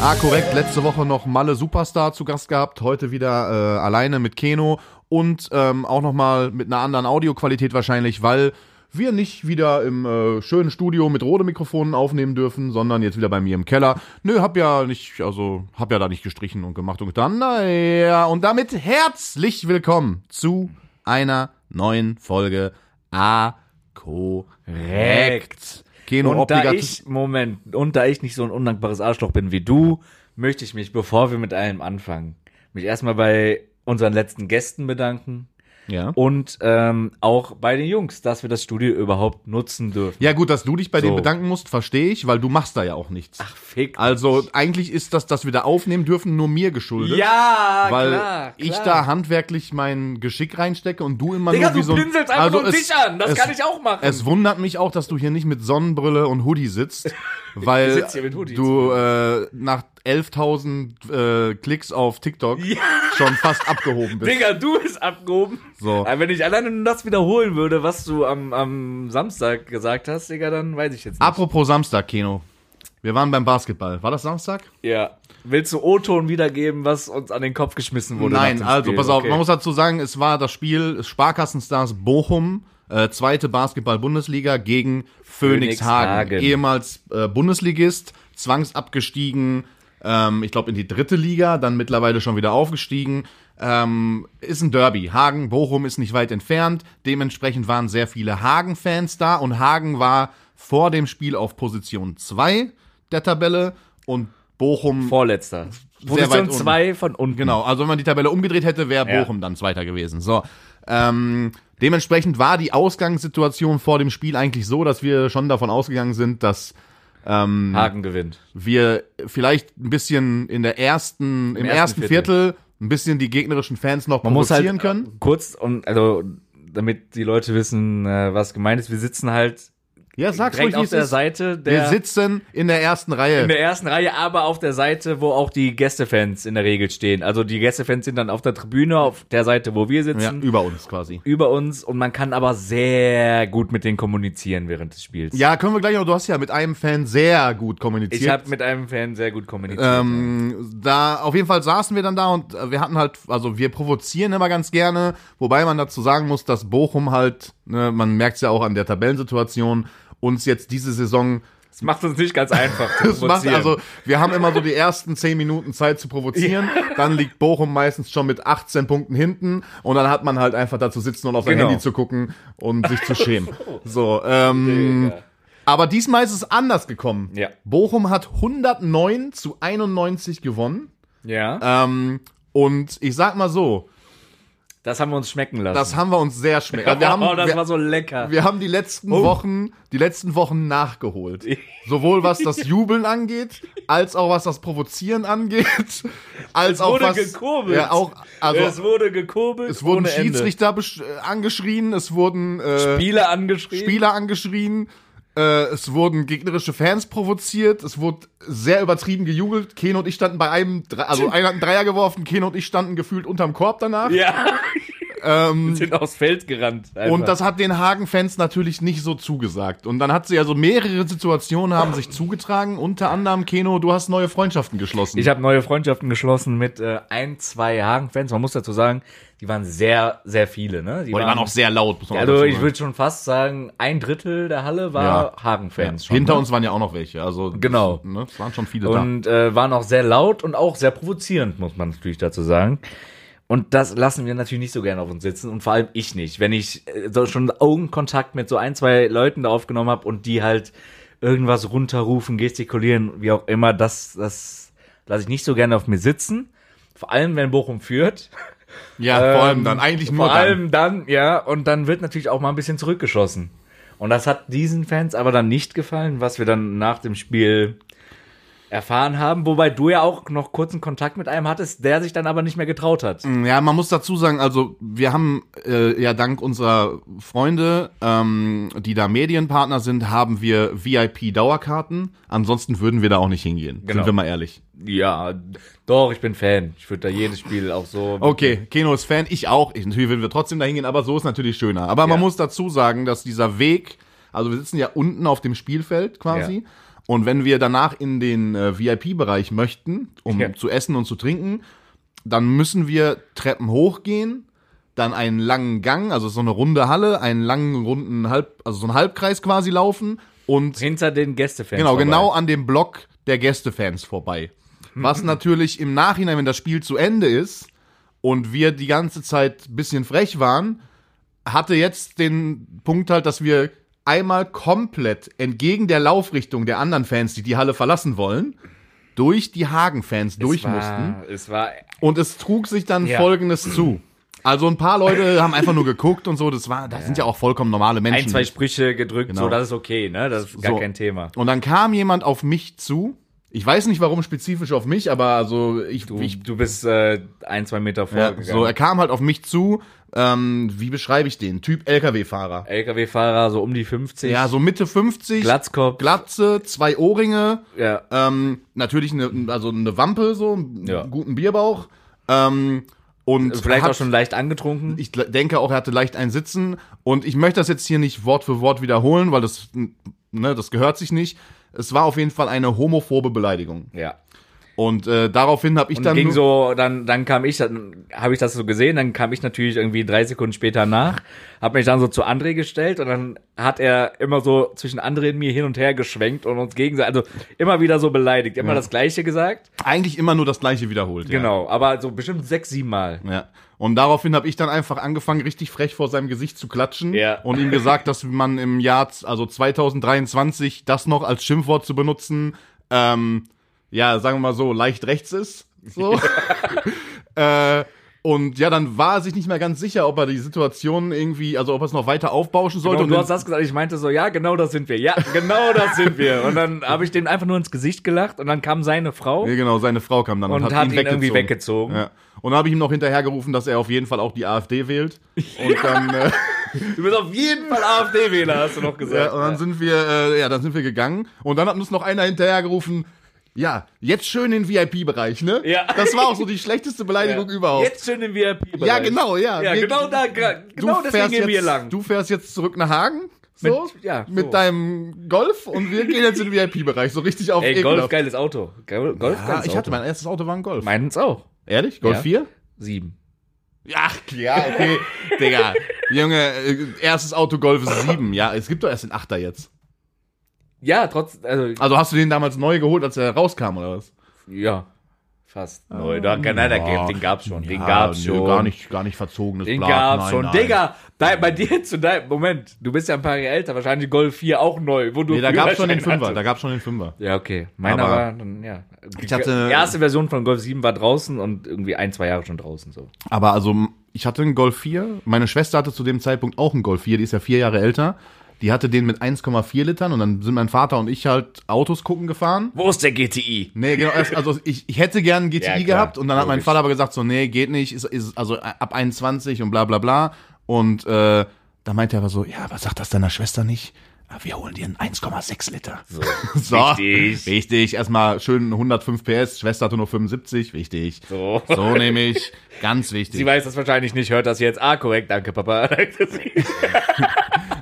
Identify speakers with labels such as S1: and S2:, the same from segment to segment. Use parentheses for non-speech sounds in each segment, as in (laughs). S1: Ah, korrekt. Letzte Woche noch Malle Superstar zu Gast gehabt. Heute wieder äh, alleine mit Keno und ähm, auch nochmal mit einer anderen Audioqualität wahrscheinlich, weil wir nicht wieder im äh, schönen Studio mit Rode-Mikrofonen aufnehmen dürfen, sondern jetzt wieder bei mir im Keller. Nö, hab ja nicht, also hab ja da nicht gestrichen und gemacht und getan. Naja, und damit herzlich willkommen zu einer neuen Folge A korrekt. Keno
S2: Und da
S1: obligat-
S2: ich, Moment, und da ich nicht so ein undankbares Arschloch bin wie du, möchte ich mich, bevor wir mit allem anfangen, mich erstmal bei unseren letzten Gästen bedanken
S1: ja.
S2: und ähm, auch bei den Jungs, dass wir das Studio überhaupt nutzen dürfen.
S1: Ja, gut, dass du dich bei denen
S2: So.
S1: bedanken musst, verstehe ich, weil du machst da ja auch nichts.
S2: Ach, fick.
S1: Also eigentlich ist das, dass wir da aufnehmen dürfen, nur mir geschuldet.
S2: ja,
S1: Weil
S2: klar, klar.
S1: ich da handwerklich mein Geschick reinstecke und du immer
S2: Digga,
S1: nur wie
S2: du
S1: so ein, Also
S2: blinzelst einfach nur dich an. Das
S1: es,
S2: kann ich auch machen.
S1: Es wundert mich auch, dass du hier nicht mit Sonnenbrille und Hoodie
S2: (laughs)
S1: sitzt, weil
S2: sitz hier mit Hoodie.
S1: du äh, nach 11.000 äh, Klicks auf TikTok schon fast abgehoben bist.
S2: (laughs) Digga, du bist abgehoben.
S1: So.
S2: Aber wenn ich alleine nur das wiederholen würde, was du am, am Samstag gesagt hast, Digga, dann weiß ich jetzt nicht.
S1: Apropos Samstag, Keno. Wir waren beim Basketball. War das Samstag?
S2: Ja. Willst du O-Ton wiedergeben, was uns an den Kopf geschmissen wurde?
S1: Nein,
S2: nach dem
S1: also
S2: Spiel?
S1: pass auf,
S2: Okay.
S1: man muss dazu sagen, es war das Spiel Sparkassenstars Bochum, äh, zweite Basketball-Bundesliga gegen Phoenix Hagen,
S2: Hagen.
S1: ehemals äh, Bundesligist, zwangsabgestiegen, ähm, ich glaube in die dritte Liga, dann mittlerweile schon wieder aufgestiegen. Ähm, ist ein Derby. Hagen, Bochum ist nicht weit entfernt. Dementsprechend waren sehr viele Hagen-Fans da und Hagen war vor dem Spiel auf Position 2 der Tabelle und Bochum
S2: Vorletzter.
S1: weit
S2: Position
S1: unten.
S2: 2 von unten.
S1: Genau, also wenn man die Tabelle umgedreht hätte, wäre
S2: Ja.
S1: Bochum dann Zweiter gewesen. So, ähm, dementsprechend war die Ausgangssituation vor dem Spiel eigentlich so, dass wir schon davon ausgegangen sind, dass
S2: Hagen gewinnt.
S1: wir vielleicht ein bisschen in der ersten, im,
S2: ersten
S1: ersten Viertel. ein bisschen die gegnerischen Fans noch
S2: Man muss halt
S1: provozieren können.
S2: äh, kurz und also damit die Leute wissen, äh, was gemeint ist. Wir sitzen halt
S1: Ja, sag's ruhig,
S2: direkt
S1: wie
S2: auf
S1: es
S2: der
S1: ist.
S2: Seite
S1: Wir
S2: der
S1: sitzen in der ersten Reihe.
S2: in der ersten Reihe, aber auf der Seite, wo auch die Gästefans in der Regel stehen. Also die Gästefans sind dann auf der Tribüne, auf der Seite, wo wir
S1: ja,
S2: sitzen,
S1: über uns quasi.
S2: über uns und man kann aber sehr gut mit denen kommunizieren während des Spiels.
S1: Ja, können wir gleich noch. Du hast ja mit einem Fan sehr gut kommuniziert.
S2: Ich habe mit einem Fan sehr gut kommuniziert.
S1: Ähm, da auf jeden Fall saßen wir dann da und äh, wir hatten halt, also wir provozieren immer ganz gerne, wobei man dazu sagen muss, dass Bochum halt, ne, man merkt es ja auch an der Tabellensituation, uns jetzt diese Saison
S2: Das macht uns nicht ganz einfach.
S1: (laughs)
S2: zu
S1: das macht.
S2: provozieren.
S1: Also wir haben immer so die ersten zehn Minuten Zeit zu provozieren, dann liegt Bochum meistens schon mit 18 Punkten hinten und dann hat man halt einfach da zu sitzen und auf sein
S2: Genau.
S1: Handy zu gucken und sich zu
S2: (laughs)
S1: schämen. So, ähm, aber diesmal ist es anders gekommen.
S2: Ja.
S1: Bochum hat 109 zu 91 gewonnen.
S2: ja,
S1: Ähm, und ich sag mal so,
S2: das haben wir uns schmecken lassen.
S1: das haben wir uns sehr schmeckt. Wir haben,
S2: oh, das Oh.
S1: wir,
S2: war so lecker.
S1: wir haben die letzten Wochen, die letzten Wochen nachgeholt. Sowohl was
S2: (laughs)
S1: das Jubeln angeht, als auch was das Provozieren angeht, als auch
S2: wurde
S1: was
S2: gekurbelt.
S1: Ja, auch also
S2: es
S1: es,
S2: wurde gekurbelt.
S1: wurden
S2: ohne Ende.
S1: Schiedsrichter besch- äh, angeschrien, es wurden äh,
S2: Spieler angeschrieben.
S1: Spieler angeschrien. äh, Es wurden gegnerische Fans provoziert, es wurde sehr übertrieben gejubelt. Keno und ich standen bei einem, Dre- also einer hat einen Dreier geworfen, Keno und ich standen gefühlt unterm Korb danach.
S2: (laughs) Ja,
S1: Ähm,
S2: sind aufs Feld gerannt. einfach.
S1: Und das hat den Hagen-Fans natürlich nicht so zugesagt. Und dann hat sie also mehrere Situationen haben sich zugetragen. Unter anderem, Keno, du hast neue Freundschaften geschlossen.
S2: ich habe neue Freundschaften geschlossen mit äh, ein, zwei Hagen-Fans. Man muss dazu sagen, die waren sehr, sehr viele. Ne?
S1: Boah, die waren auch sehr laut. Muss man auch
S2: Also
S1: dazu
S2: ich
S1: sagen.
S2: würde schon fast sagen, ein Drittel der Halle war Hagen-Fans. schon,
S1: Hinter
S2: ne?
S1: uns waren ja auch noch welche. Also
S2: Genau.
S1: Ne, es waren schon viele
S2: und äh, waren auch sehr laut und auch sehr provozierend, muss man natürlich dazu sagen. Und das lassen wir natürlich nicht so gerne auf uns sitzen und vor allem ich nicht. Wenn ich äh, so schon Augenkontakt mit so ein, zwei Leuten da aufgenommen habe und die halt irgendwas runterrufen, gestikulieren, wie auch immer, das, das lasse ich nicht so gerne auf mir sitzen. Vor allem, wenn Bochum führt.
S1: da. Ja, vor allem dann. Eigentlich
S2: vor
S1: nur
S2: Ähm, Vor
S1: dann.
S2: allem dann, ja. Und dann wird natürlich auch mal ein bisschen zurückgeschossen. Und das hat diesen Fans aber dann nicht gefallen, was wir dann nach dem Spiel erfahren haben. Wobei du ja auch noch kurzen Kontakt mit einem hattest, der sich dann aber nicht mehr getraut hat.
S1: Ja, man muss dazu sagen, also wir haben äh, ja dank unserer Freunde, ähm, die da Medienpartner sind, haben wir VIP-Dauerkarten. Ansonsten würden wir da auch nicht hingehen.
S2: Genau.
S1: Sind wir mal ehrlich.
S2: Ja, doch, ich bin Fan. Ich würde da jedes Spiel auch so.
S1: (laughs) Okay, Keno ist Fan, ich auch. Ich, natürlich würden wir trotzdem dahin gehen, aber so ist natürlich schöner. Aber man
S2: Ja.
S1: muss dazu sagen, dass dieser Weg, also wir sitzen ja unten auf dem Spielfeld quasi. Und wenn wir danach in den äh, VIP-Bereich möchten, um
S2: Ja.
S1: zu essen und zu trinken, dann müssen wir Treppen hochgehen, dann einen langen Gang, also so eine runde Halle, einen langen runden Halb, also so einen Halbkreis quasi laufen und
S2: Hinter den Gästefans.
S1: Genau,
S2: vorbei.
S1: genau an dem Block der Gästefans vorbei.
S2: (laughs)
S1: Was natürlich im Nachhinein, wenn das Spiel zu Ende ist und wir die ganze Zeit ein bisschen frech waren, hatte jetzt den Punkt halt, dass wir einmal komplett entgegen der Laufrichtung der anderen Fans, die die Halle verlassen wollen, durch die Hagen-Fans durch
S2: es war,
S1: mussten.
S2: Es war
S1: Und es trug sich dann
S2: Ja.
S1: Folgendes zu. Also ein paar Leute haben einfach nur geguckt und so. Das war, das sind ja auch vollkommen normale Menschen.
S2: ein, zwei Sprüche gedrückt, so, das ist okay, ne? Das ist gar
S1: Genau. So.
S2: kein Thema.
S1: Und dann kam jemand auf mich zu. Ich weiß nicht, warum spezifisch auf mich, aber also ich,
S2: Du,
S1: ich
S2: du bist äh, ein, zwei Meter
S1: ja,
S2: vorgegangen.
S1: so, er kam halt auf mich zu. Ähm, wie beschreibe ich den? Typ LKW-Fahrer.
S2: LKW-Fahrer, so um die 50.
S1: Ja, so Mitte 50,
S2: Glatzkopf.
S1: Glatze, zwei Ohrringe,
S2: ja.
S1: ähm, natürlich eine, also eine Wampe, so einen
S2: Ja. Äh,
S1: guten Bierbauch. Ähm, und
S2: Vielleicht
S1: hat-
S2: auch schon leicht angetrunken.
S1: ich gl- denke auch, er hatte leicht ein Sitzen. Und ich möchte das jetzt hier nicht Wort für Wort wiederholen, weil das, ne, das gehört sich nicht. Es war auf jeden Fall eine homophobe Beleidigung.
S2: ja.
S1: Und äh, daraufhin habe ich
S2: Und
S1: dann
S2: dann ging
S1: nur-
S2: so, dann, dann kam ich, dann habe ich das so gesehen, dann kam ich natürlich irgendwie drei Sekunden später nach, habe mich dann so zu André gestellt und dann hat er immer so zwischen André und mir hin und her geschwenkt und uns gegenseitig, also immer wieder so beleidigt, immer das Gleiche gesagt.
S1: eigentlich immer nur das gleiche wiederholt.
S2: Genau, aber so bestimmt sechs, sieben Mal.
S1: Ja. ja. Und daraufhin habe ich dann einfach angefangen, richtig frech vor seinem Gesicht zu klatschen
S2: Ja.
S1: und ihm gesagt, dass man im Jahr z- also 2023 das noch als Schimpfwort zu benutzen, ähm, ja, sagen wir mal so, leicht rechts ist.
S2: (laughs)
S1: So. (laughs) äh, und ja, dann war er sich nicht mehr ganz sicher, ob er die Situation irgendwie, also ob er es noch weiter aufbauschen sollte.
S2: Genau, Und du
S1: und
S2: hast das gesagt, ich meinte so, ja, genau das sind wir, ja, genau das sind wir. Und dann habe ich den einfach nur ins Gesicht gelacht und dann kam seine Frau
S1: Ja, genau, seine Frau kam dann und,
S2: und hat, ihn, irgendwie
S1: weggezogen.
S2: weggezogen.
S1: Ja. Und dann habe ich ihm noch hinterhergerufen, dass er auf jeden Fall auch die AfD wählt. Und dann,
S2: (laughs)
S1: äh,
S2: Du bist auf jeden Fall AfD-Wähler, hast du noch gesagt.
S1: ja, und dann sind wir, äh, ja, dann sind wir gegangen. Und dann hat uns noch einer hinterhergerufen. Ja, jetzt schön in den VIP-Bereich, ne?
S2: Ja.
S1: Das war auch so die schlechteste Beleidigung überhaupt.
S2: Jetzt schön im VIP. -Bereich.
S1: Ja, genau, ja.
S2: Ja,
S1: Wir-
S2: genau da, ge- genau deswegen
S1: fährst
S2: gehen wir
S1: jetzt,
S2: hier lang.
S1: Du fährst jetzt zurück nach Hagen. So,
S2: Mit- ja, so.
S1: mit deinem Golf und wir gehen jetzt in den VIP-Bereich, so richtig auf
S2: Ey, Golf,
S1: ekelhaft.
S2: geiles Auto. Golf, Golf
S1: ja,
S2: geiles
S1: ich hatte
S2: Auto.
S1: mein erstes Auto war ein Golf.
S2: Meins auch.
S1: Ehrlich? Golf
S2: Ja.
S1: 4?
S2: Sieben.
S1: Ach, ja, okay. Digga. Junge, äh, erstes Auto Golf 7. Ja, es gibt doch erst den Achter jetzt.
S2: Ja, trotz, also,
S1: Also hast du den damals neu geholt, als er rauskam, oder was?
S2: ja, fast neu. Da, nein, da,
S1: ja.
S2: den gab's schon, den
S1: Ah. Ja,
S2: gab's
S1: nö,
S2: schon.
S1: Gar nicht, gar nicht verzogenes
S2: Den
S1: Blatt.
S2: gab's
S1: nein,
S2: schon.
S1: nein.
S2: Digga, da, bei dir zu deinem, Moment, du bist ja ein paar Jahre älter, wahrscheinlich Golf 4 auch neu, wo du
S1: Nee, da gab's schon den
S2: Führerschein
S1: Fünfer,
S2: hattest.
S1: da gab's schon den Fünfer.
S2: Ja, okay. Meiner
S1: Aber-
S2: war, dann, ja.
S1: Ich hatte-
S2: die erste Version von Golf 7 war draußen und irgendwie ein, zwei Jahre schon draußen, so.
S1: Aber also, m- ich hatte einen Golf 4. Meine Schwester hatte zu dem Zeitpunkt auch einen Golf 4, die ist ja vier Jahre älter. Die hatte den mit 1,4 Litern und dann sind mein Vater und ich halt Autos gucken gefahren.
S2: Wo ist der GTI?
S1: Nee, genau, erst- also ich, ich hätte gern einen GTI
S2: Ja, klar,
S1: gehabt und dann hat mein
S2: logisch.
S1: Vater aber gesagt, so, nee, geht nicht, ist, ist also ab 21 und bla bla bla. Und äh, da meinte er aber so, ja, was sagt das deiner Schwester nicht? Ah, Wir holen dir einen 1,6 Liter. (laughs)
S2: So.
S1: So,
S2: Richtig.
S1: Wichtig, erstmal schön 105 PS, Schwester hatte nur 75, wichtig.
S2: So.
S1: So nehme ich, ganz
S2: (laughs) Sie
S1: wichtig.
S2: weiß das wahrscheinlich nicht, hört das jetzt. Ah, korrekt, danke, Papa. (laughs)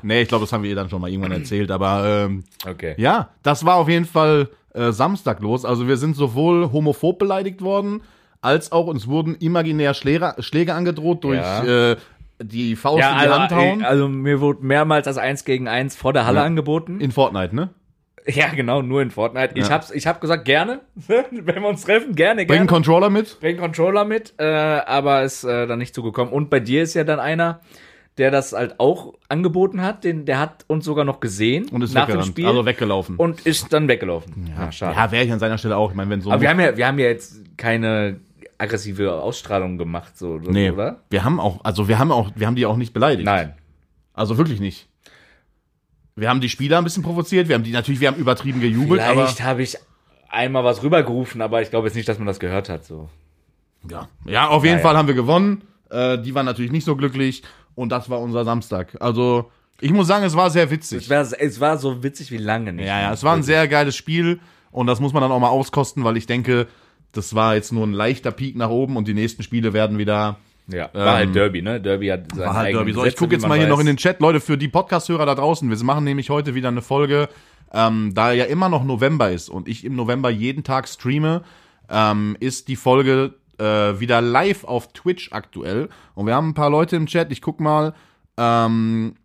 S1: Nee, ich glaube, das haben wir ihr dann schon mal irgendwann erzählt, aber ähm,
S2: okay.
S1: Ja, das war auf jeden Fall äh, Samstag los. Also wir sind sowohl homophob beleidigt worden, als auch uns wurden imaginär Schläger, Schläge angedroht durch
S2: Ja.
S1: äh, die Faust
S2: Ja,
S1: in die Hand
S2: also,
S1: hauen.
S2: äh, also mir wurde mehrmals das Eins gegen Eins vor der Halle
S1: Ja.
S2: angeboten.
S1: in Fortnite, ne?
S2: Ja, genau, nur in Fortnite. Ich,
S1: Ja.
S2: hab's, ich hab gesagt, gerne. (laughs) Wenn wir uns treffen, gerne,
S1: Bring
S2: gerne.
S1: einen Controller mit.
S2: Bring Controller mit, äh, aber ist äh, dann nicht zugekommen. Und bei dir ist ja dann einer, der das halt auch angeboten hat. Den, der hat uns sogar noch gesehen
S1: Und ist
S2: nach dem
S1: weggerannt.
S2: Spiel
S1: Also weggelaufen.
S2: und ist dann weggelaufen. Ja, schade.
S1: ja, wäre ich an seiner Stelle auch. Ich meine, wenn so
S2: aber wir haben, ja, wir haben ja jetzt keine aggressive Ausstrahlung gemacht, so, so,
S1: nee,
S2: oder?
S1: wir haben auch, also wir haben auch, wir haben die auch nicht beleidigt.
S2: Nein.
S1: Also wirklich nicht. Wir haben die Spieler ein bisschen provoziert, wir haben die natürlich, wir haben übertrieben gejubelt, aber
S2: Vielleicht habe ich einmal was rübergerufen, aber ich glaube jetzt nicht, dass man das gehört hat. So.
S1: Ja, ja auf jeden
S2: Naja.
S1: Fall haben wir gewonnen. Äh, die waren natürlich nicht so glücklich. Und das war unser Samstag. Also, ich muss sagen, es war sehr
S2: Es,
S1: witzig.
S2: war, es war so witzig wie lange nicht.
S1: Ja, ja, es war ein sehr geiles Spiel. Und das muss man dann auch mal auskosten, weil ich denke, das war jetzt nur ein leichter Peak nach oben und die nächsten Spiele werden wieder.
S2: Ja, war
S1: Ähm,
S2: halt Derby, ne? Derby hat seinen
S1: War halt
S2: eigenen
S1: Derby. So,
S2: Gesetze,
S1: ich gucke
S2: wie
S1: jetzt
S2: man
S1: mal hier
S2: weiß.
S1: noch in den Chat. Leute, für die Podcast-Hörer da draußen, wir machen nämlich heute wieder eine Folge Ähm, da ja immer noch November ist und ich im November jeden Tag streame, ähm, ist die Folge äh, wieder live auf Twitch aktuell. Und wir haben ein paar Leute im Chat. Ich guck mal. Ähm,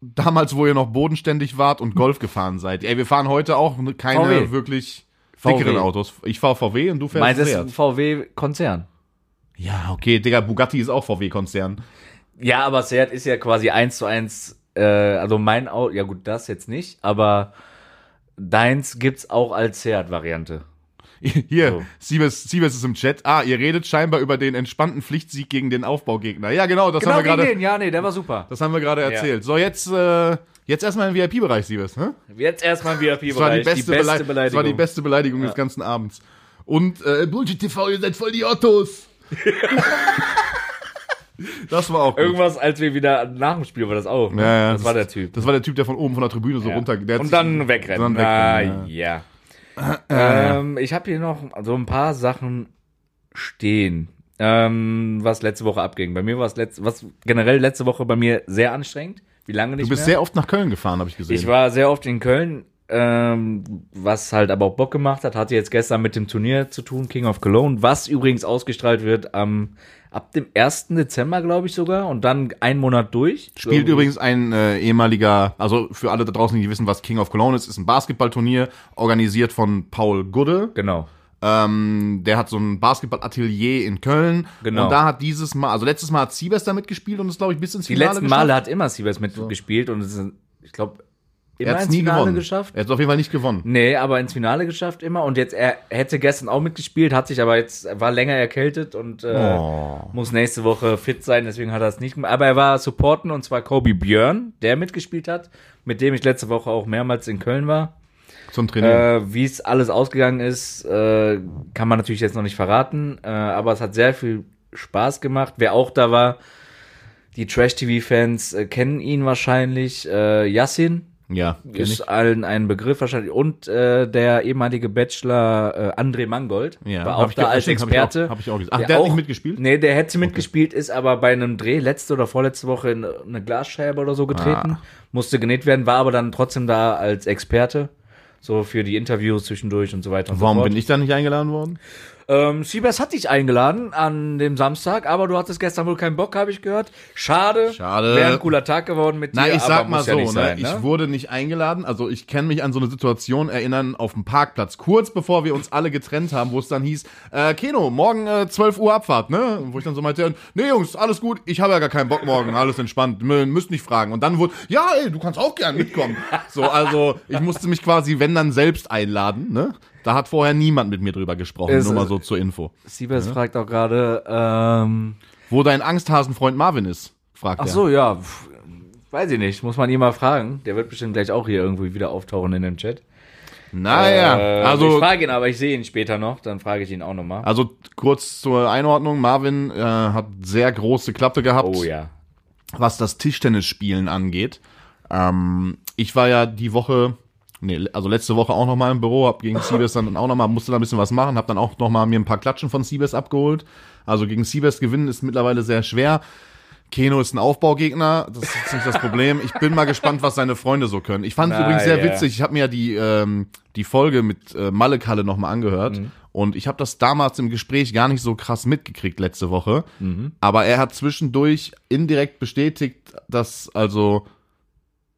S1: damals, wo ihr noch bodenständig wart und Golf gefahren seid. Ey, wir fahren heute auch keine
S2: VW.
S1: wirklich
S2: VW.
S1: dickeren Autos. Ich fahre VW und du fährst
S2: Meins ist ein
S1: Seat.
S2: VW-Konzern.
S1: Ja, okay, Digga, Bugatti ist auch VW-Konzern.
S2: Ja, aber Seat ist ja quasi eins zu eins, äh, also mein Auto, ja gut, das jetzt nicht, aber deins gibt's auch als Seat-Variante.
S1: Hier,
S2: So.
S1: Siebes, Siebes ist im Chat. Ah, ihr redet scheinbar über den entspannten Pflichtsieg gegen den Aufbaugegner. Ja, genau, das haben wir
S2: gegen
S1: gerade
S2: den, ja, nee, der war super.
S1: das haben wir gerade erzählt. So, jetzt, äh, jetzt erstmal im VIP-Bereich, Siebes, ne?
S2: Jetzt erstmal
S1: Das war die
S2: VIP-Bereich,
S1: beste, Belei- Das war die
S2: Beleidigung.
S1: beste Beleidigung des ganzen Abends. Und äh, Bullshit TV, ihr seid voll die
S2: (laughs)
S1: Ottos. das war auch gut.
S2: Irgendwas, als wir wieder nach dem Spiel war das auch. ne?
S1: Ja, ja,
S2: das, war der Typ.
S1: Das war der Typ, der von oben von der Tribüne so runter. Der hat
S2: Und
S1: sich-
S2: dann wegrennen.
S1: Dann
S2: ah,
S1: wegrennen, Äh,
S2: ja. Ähm, ich habe hier noch so ein paar Sachen stehen, ähm, was letzte Woche abging. Bei mir war es letzte, was generell letzte Woche bei mir sehr anstrengend. Wie lange nicht
S1: Du bist
S2: mehr?
S1: sehr oft nach Köln gefahren, habe ich gesehen.
S2: ich war sehr oft in Köln, ähm, was halt aber auch Bock gemacht hat. Hatte jetzt gestern mit dem Turnier zu tun, King of Cologne, was übrigens ausgestrahlt wird am ab dem 1. Dezember, glaube ich sogar, und dann einen Monat durch.
S1: Spielt
S2: so,
S1: übrigens ein äh, ehemaliger, also für alle da draußen, die wissen, was King of Cologne ist, ist ein Basketballturnier, organisiert von Paul Gudde.
S2: Genau.
S1: Ähm, der hat so ein Basketballatelier in Köln.
S2: Genau.
S1: Und da hat dieses Mal, also letztes Mal hat Siebes da mitgespielt und ist, glaube ich, bis ins
S2: Die
S1: Finale
S2: letzten
S1: geschafft.
S2: Male hat immer Sievers mitgespielt und es ist, ich glaube, immer
S1: er hat es
S2: ins
S1: nie
S2: Finale
S1: gewonnen.
S2: geschafft.
S1: Er hat es auf jeden Fall nicht gewonnen.
S2: Nee, aber ins Finale geschafft immer. Und jetzt, er hätte gestern auch mitgespielt, hat sich aber jetzt, war länger erkältet und äh,
S1: Oh.
S2: muss nächste Woche fit sein, deswegen hat er es nicht gemacht. Aber er war supporten und zwar Kobe Björn, der mitgespielt hat, mit dem ich letzte Woche auch mehrmals in Köln war.
S1: Zum Trainieren.
S2: Äh, Wie es alles ausgegangen ist, äh, kann man natürlich jetzt noch nicht verraten, äh, aber es hat sehr viel Spaß gemacht. Wer auch da war, die Trash-TV-Fans äh, kennen ihn wahrscheinlich. Äh, Yassin
S1: ja. kenn
S2: ist allen ein Begriff wahrscheinlich. Und äh, der ehemalige Bachelor äh, André Mangold
S1: Ja,
S2: war
S1: hab
S2: auch
S1: ich
S2: da
S1: ge-
S2: als
S1: stimmt, hab ich auch-
S2: Experte.
S1: hab ich auch gesehen. Ach, der hat nicht mitgespielt?
S2: Nee, der hätte mitgespielt, ist aber bei einem Dreh letzte oder vorletzte Woche in eine Glasscherbe oder so getreten.
S1: Ah.
S2: Musste genäht werden, war aber dann trotzdem da als Experte. So für die Interviews zwischendurch und so weiter und
S1: Warum
S2: so fort.
S1: bin ich da nicht eingeladen worden?
S2: Ähm, Siebes hat dich eingeladen an dem Samstag, aber du hattest gestern wohl keinen Bock, habe ich gehört. Schade.
S1: Schade.
S2: Wäre ein cooler Tag geworden mit
S1: Na,
S2: dir.
S1: ich sag
S2: aber
S1: mal
S2: muss
S1: so,
S2: ja
S1: ne?
S2: nicht sein,
S1: ich wurde nicht eingeladen. Also ich kann mich an so eine Situation erinnern auf dem Parkplatz, kurz bevor wir uns alle getrennt haben, wo es dann hieß, äh, Keno, morgen äh, 12 Uhr Abfahrt, ne? Wo ich dann so meinte, nee Jungs, alles gut, ich habe ja gar keinen Bock morgen, alles entspannt, mü- müsst nicht fragen. Und dann wurde, ja ey, du kannst auch gern mitkommen. So, also ich musste mich quasi, wenn dann, selbst einladen, ne? Da hat vorher niemand mit mir drüber gesprochen,
S2: Es-
S1: nur mal so zur Info.
S2: Siebes fragt auch gerade, ähm,
S1: Wo dein Angsthasenfreund Marvin ist, fragt
S2: ach
S1: er.
S2: so, ja, pf, weiß ich nicht, muss man ihn mal fragen. Der wird bestimmt gleich auch hier irgendwie wieder auftauchen in dem Chat.
S1: Naja,
S2: Äh, ich
S1: also
S2: frage ihn, aber ich sehe ihn später noch, dann frage ich ihn auch nochmal.
S1: Also kurz zur Einordnung, Marvin äh, hat sehr große Klappe gehabt,
S2: Oh ja.
S1: was das Tischtennisspielen angeht. Ähm, ich war ja die Woche, nee, also letzte Woche auch nochmal im Büro, hab
S2: (laughs)
S1: gegen Siebes dann auch nochmal, musste da ein bisschen was machen, hab dann auch nochmal mir ein paar Klatschen von Siebes abgeholt. Also gegen Siebes gewinnen ist mittlerweile sehr schwer. Keno ist ein Aufbaugegner, das ist jetzt nicht das Problem. Ich bin mal gespannt, was seine Freunde so können. Ich fand es
S2: Na,
S1: übrigens sehr
S2: ja.
S1: witzig. Ich habe mir ja die, ähm, die Folge mit äh, Malekalle nochmal angehört.
S2: Mhm.
S1: Und ich habe das damals im Gespräch gar nicht so krass mitgekriegt letzte Woche. Aber er hat zwischendurch indirekt bestätigt, dass also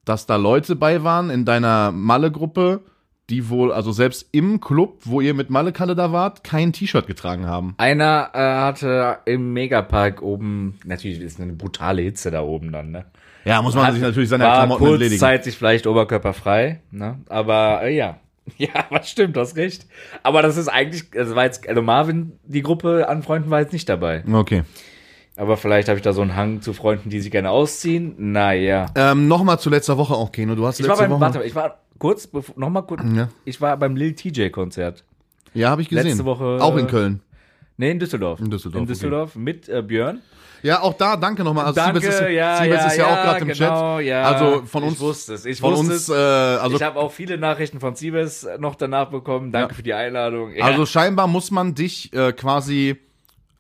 S1: dass da Leute bei waren in deiner Malle-Gruppe, die wohl, also selbst im Club, wo ihr mit Malle-Kalle da wart, kein T-Shirt getragen haben.
S2: Einer äh, hatte im Megapark oben, natürlich ist eine brutale Hitze da oben dann, ne?
S1: Ja, muss man sich natürlich seiner
S2: war
S1: Klamotten entledigen.
S2: kurzzeitig vielleicht oberkörperfrei, ne? Aber äh, ja. (laughs) Ja, was stimmt, du hast recht. Aber das ist eigentlich, also war jetzt, also Marvin, die Gruppe an Freunden war jetzt nicht dabei.
S1: Okay.
S2: Aber vielleicht habe ich da so einen Hang zu Freunden, die sich gerne ausziehen. Naja.
S1: Ähm, Nochmal zu letzter Woche auch, Keno. Du hast
S2: Ich war
S1: letzte
S2: beim,
S1: Woche.
S2: warte, ich war kurz, bev- noch mal kurz,
S1: Ja.
S2: ich war beim Lil TJ-Konzert.
S1: ja, habe ich gesehen.
S2: Letzte Woche,
S1: Auch in
S2: äh,
S1: Köln.
S2: Nee, in Düsseldorf.
S1: In Düsseldorf,
S2: In Düsseldorf mit äh, Björn.
S1: Ja, auch da, danke nochmal. Also
S2: Danke,
S1: Siebes ist,
S2: ja,
S1: Siebes
S2: ja,
S1: ist ja,
S2: ja,
S1: auch gerade im
S2: genau,
S1: Chat.
S2: ja.
S1: Also von
S2: Ich
S1: uns.
S2: wusste es, ich
S1: von
S2: wusste
S1: uns,
S2: es.
S1: äh, also,
S2: ich habe auch viele Nachrichten von Siebes noch danach bekommen. Danke für die Einladung. Ja,
S1: also scheinbar muss man dich äh, quasi.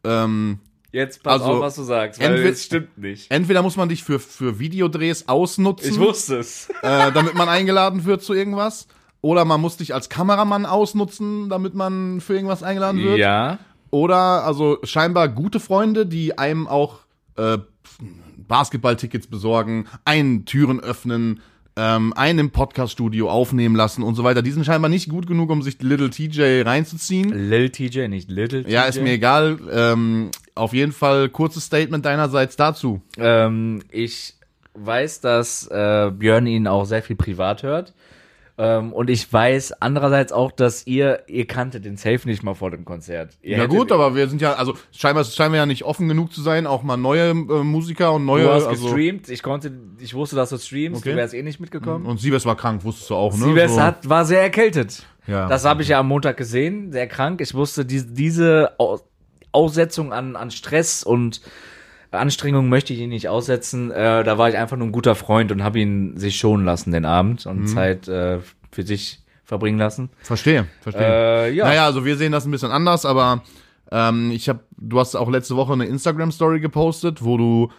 S1: Ähm,
S2: jetzt pass
S1: also,
S2: auf, was du sagst, weil
S1: entweder-
S2: es stimmt nicht.
S1: entweder muss man dich für, für Videodrehs ausnutzen,
S2: Ich wusste es.
S1: äh, damit man eingeladen wird zu irgendwas. Oder man muss dich als Kameramann ausnutzen, damit man für irgendwas eingeladen wird.
S2: Ja.
S1: Oder also scheinbar gute Freunde, die einem auch äh, Basketballtickets besorgen, einen Türen öffnen, ähm, einen im Podcaststudio aufnehmen lassen und so weiter. Die sind scheinbar nicht gut genug, um sich Little TJ reinzuziehen.
S2: Lil TJ, nicht Little TJ.
S1: Ja, ist mir egal. Ähm, auf jeden Fall kurzes Statement deinerseits dazu.
S2: Ähm, ich weiß, dass äh, Björn ihn auch sehr viel privat hört. Ähm, und ich weiß andererseits auch, dass ihr, ihr kanntet den Safe nicht mal vor dem Konzert. Ihr
S1: Ja
S2: hättet-
S1: gut, aber wir sind ja, also scheinbar scheinen wir ja nicht offen genug zu sein, auch mal neue äh, Musiker und neue.
S2: Du hast
S1: also,
S2: gestreamt, ich konnte, ich wusste, dass du streamst,
S1: Okay.
S2: du wärst eh nicht mitgekommen.
S1: Und Siebes war krank, wusstest du auch, ne?
S2: Sievers
S1: So.
S2: hat, war sehr erkältet.
S1: Ja.
S2: Das habe ich ja am Montag gesehen, sehr krank. Ich wusste, die, diese Au- Aussetzung an, an Stress und Anstrengung möchte ich ihn nicht aussetzen. Äh, da war ich einfach nur ein guter Freund und habe ihn sich schonen lassen den Abend
S1: Mhm.
S2: und Zeit äh, für sich verbringen lassen.
S1: Verstehe, verstehe.
S2: Äh, ja.
S1: Naja, also wir sehen das ein bisschen anders, aber ähm, ich habe, du hast auch letzte Woche eine Instagram-Story gepostet, wo du